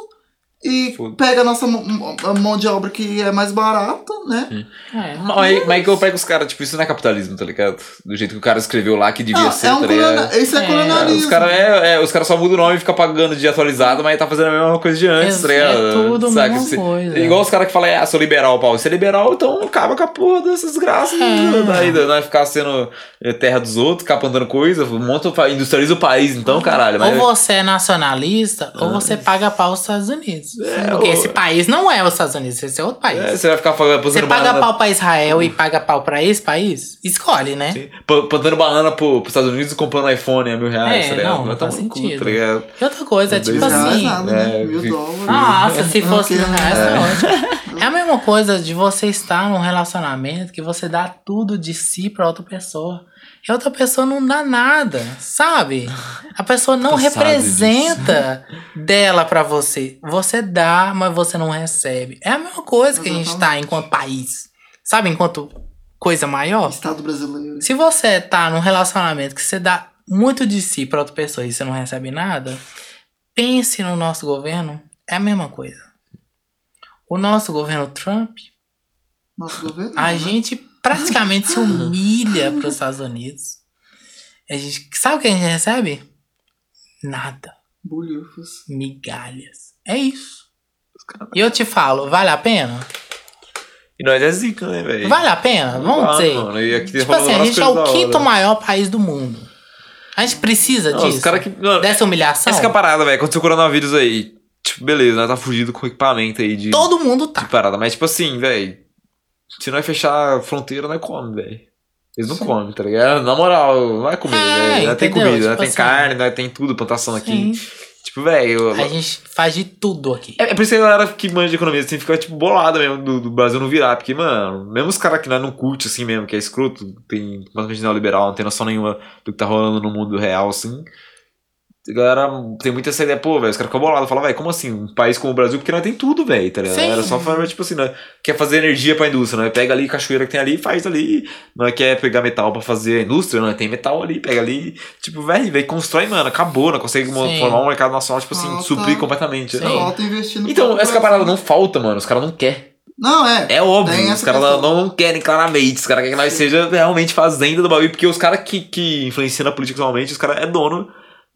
S3: e
S2: Foda.
S3: pega a nossa mão- mão mão de obra que é mais barata, né?
S1: É.
S2: Mas, mas que eu pego os caras, tipo, isso não é capitalismo, tá ligado? Do jeito que o cara escreveu lá que devia
S3: Não,
S2: ser,
S3: é um
S2: tá
S3: colona-
S2: ligado?
S3: Isso é,
S1: É.
S2: Os
S3: colonialismo.
S2: caras é, é, os cara só mudam o nome e ficam pagando de atualizado, mas tá fazendo a mesma coisa de antes, tá
S1: É-
S2: ligado?
S1: é tudo a
S2: Saca?
S1: mesma
S2: Cê-
S1: coisa.
S2: é Igual os caras que falam, ah, sou liberal, Paulo. Se é liberal, então acaba com a porra dessas graças. né?
S1: É.
S2: Daí não vai ficar sendo eh, terra dos outros, capandando coisa, monta, o pa- industrializa o país, então, caralho. Mas
S1: Ou você é nacionalista, ou você paga pau aos Estados Unidos.
S2: É,
S1: Porque
S2: ou-
S1: esse país não é os Estados Unidos, esse é outro país.
S2: é, você vai ficar falando,
S1: Você
S2: plantando
S1: paga
S2: banana,
S1: pau pra Israel
S2: Hum.
S1: e paga pau pra esse país? Escolhe, né?
S2: pa- assim, plantando banana pro, pros Estados Unidos e comprando iPhone a mil reais,
S1: É,
S2: tá ligado?
S1: não,
S2: Vai
S1: não
S2: tomar
S1: faz
S2: no cu,
S1: sentido.
S2: tá ligado?
S1: E outra coisa, é
S2: Não
S1: tipo
S2: tem
S3: Não é
S1: assim. Ah,
S3: nada, né?
S2: é,
S3: Mil
S2: vi-
S3: dólares.
S1: Nossa, se
S3: Não
S1: fosse
S3: quero
S1: no resto, é ótimo. É a mesma coisa de você estar num relacionamento que você dá tudo de si pra outra pessoa. E a outra pessoa não dá nada, sabe? A pessoa não
S2: Cansado
S1: representa dela pra você. Você dá, mas você não recebe. É a mesma coisa que a gente tá enquanto país. Sabe, enquanto coisa maior?
S3: Estado brasileiro.
S1: Se você tá num relacionamento que você dá muito de si pra outra pessoa e você não recebe nada, pense no nosso governo, é a mesma coisa. O nosso governo Trump,
S3: Nosso governo.
S1: a
S3: né?
S2: Uhum.
S1: gente praticamente
S2: [laughs]
S1: se humilha pros Estados Unidos. A gente, sabe o que a gente recebe? Nada.
S3: Bolhufas.
S1: Migalhas. É isso.
S2: tá
S1: E eu te falo, vale a pena?
S2: E nós é zica, né, velho?
S1: Vale a pena? Vamos
S2: Ah,
S1: dizer.
S2: mano, e aqui
S1: Tipo
S2: rolando
S1: assim, a
S2: várias
S1: gente é o
S2: coisas da
S1: quinto
S2: hora.
S1: maior país do mundo. A gente precisa
S2: Não,
S1: disso.
S2: os caras que. Mano,
S1: Dessa humilhação.
S2: Essa que é a parada, velho. Aconteceu o coronavírus aí. Tipo, beleza, nós tá fugido com equipamento aí de,
S1: Todo mundo
S2: de
S1: tá.
S2: parada. Mas, tipo assim, velho. Se nós fechar a fronteira, nós come, velho. Eles não comem, tá ligado? Na moral, vai comer,
S1: É,
S2: velho. Nós tem
S1: entendeu?
S2: comida,
S1: Tipo
S2: nós tem
S1: assim.
S2: carne, nós tem tudo, plantação
S1: Sim.
S2: aqui. Tipo, velho.
S1: A gente faz de tudo aqui.
S2: É, é por isso que a galera que manja de economia assim fica tipo bolada mesmo do, do Brasil não virar, porque, mano, mesmo os caras que nós não curte assim mesmo, que é escroto, tem completamente neoliberal, não tem noção nenhuma do que tá rolando no mundo real, assim. A galera tem muita essa ideia, pô, velho, os caras ficam bolados. Falam, velho, como assim? Um país como o Brasil, porque nós tem tudo, velho, tá ligado?
S1: Sim.
S2: Era só falar, tipo assim, né? Quer fazer energia pra indústria, né? Pega ali a cachoeira que tem ali e faz ali. Não quer pegar metal pra fazer a indústria, não. é, Tem metal ali, pega ali. Tipo, velho, velho, constrói, mano, acabou, não consegue mo-
S1: Sim.
S2: formar um mercado nacional, tipo assim,
S3: Falta.
S2: suprir completamente. né?
S1: Sim.
S2: Não.
S3: Falta investir no
S2: É. Então,
S3: próprio
S2: essa
S3: Brasil.
S2: parada não falta, mano. Os caras não querem.
S3: Não, é.
S2: É
S3: Tem
S2: óbvio, os
S3: essa
S2: caras
S3: questão.
S2: não, não querem claramente, os caras querem que nós seja realmente fazenda do bagulho, porque os caras que, que influenciam na política atualmente, os caras é dono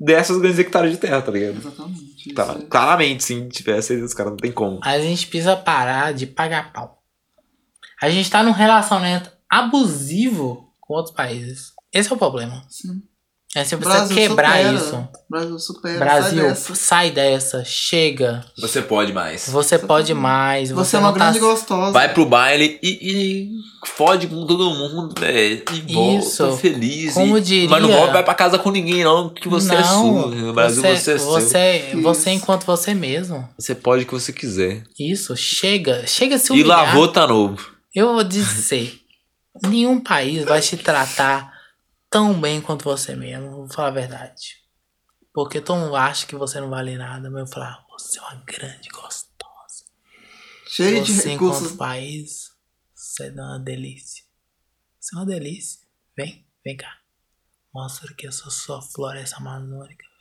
S2: dessas grandes hectares de terra, tá ligado?
S3: Exatamente.
S2: Tá,
S3: isso. é
S2: claramente, sim, tivesse, os caras não tem como.
S1: A gente precisa parar de pagar pau. A gente tá num relacionamento abusivo com outros países. Esse é o problema.
S3: Sim.
S1: É, você precisa
S3: Brasil
S1: quebrar
S3: supera.
S1: isso.
S3: assim. Brasil supera.
S1: Brasil,
S3: sai
S1: sai
S3: dessa.
S1: dessa. chega.
S2: Você pode mais.
S1: Você
S3: Você
S1: pode
S3: pode.
S1: mais. Você,
S3: Você é
S1: não
S3: uma grande
S1: tá...
S3: gostosa.
S2: Vai pro baile e, e fode com todo mundo, velho. E volta
S1: Isso.
S2: feliz.
S1: Como
S2: e-
S1: diria-
S2: Mas não volta vai pra casa com ninguém, não, que você é
S1: Não,
S2: sua. No Brasil você, é seu. Você...
S1: Você,
S3: Isso.
S1: você enquanto você mesmo.
S2: pode o que você quiser.
S1: Isso, chega. Chega a se
S2: E
S1: humilhar.
S2: lavou, tá novo.
S1: Eu vou dizer, nenhum país vai te tratar tão bem quanto você mesmo, vou falar a verdade. Porque todo mundo acha que você não vale nada, mas eu vou falar, você é uma grande gostosa.
S3: Cheio de
S1: você
S3: recursos.
S1: enquanto país, você é uma delícia. Você é uma delícia. Vem, vem cá. Mostra que eu sou sua floresta amazônica.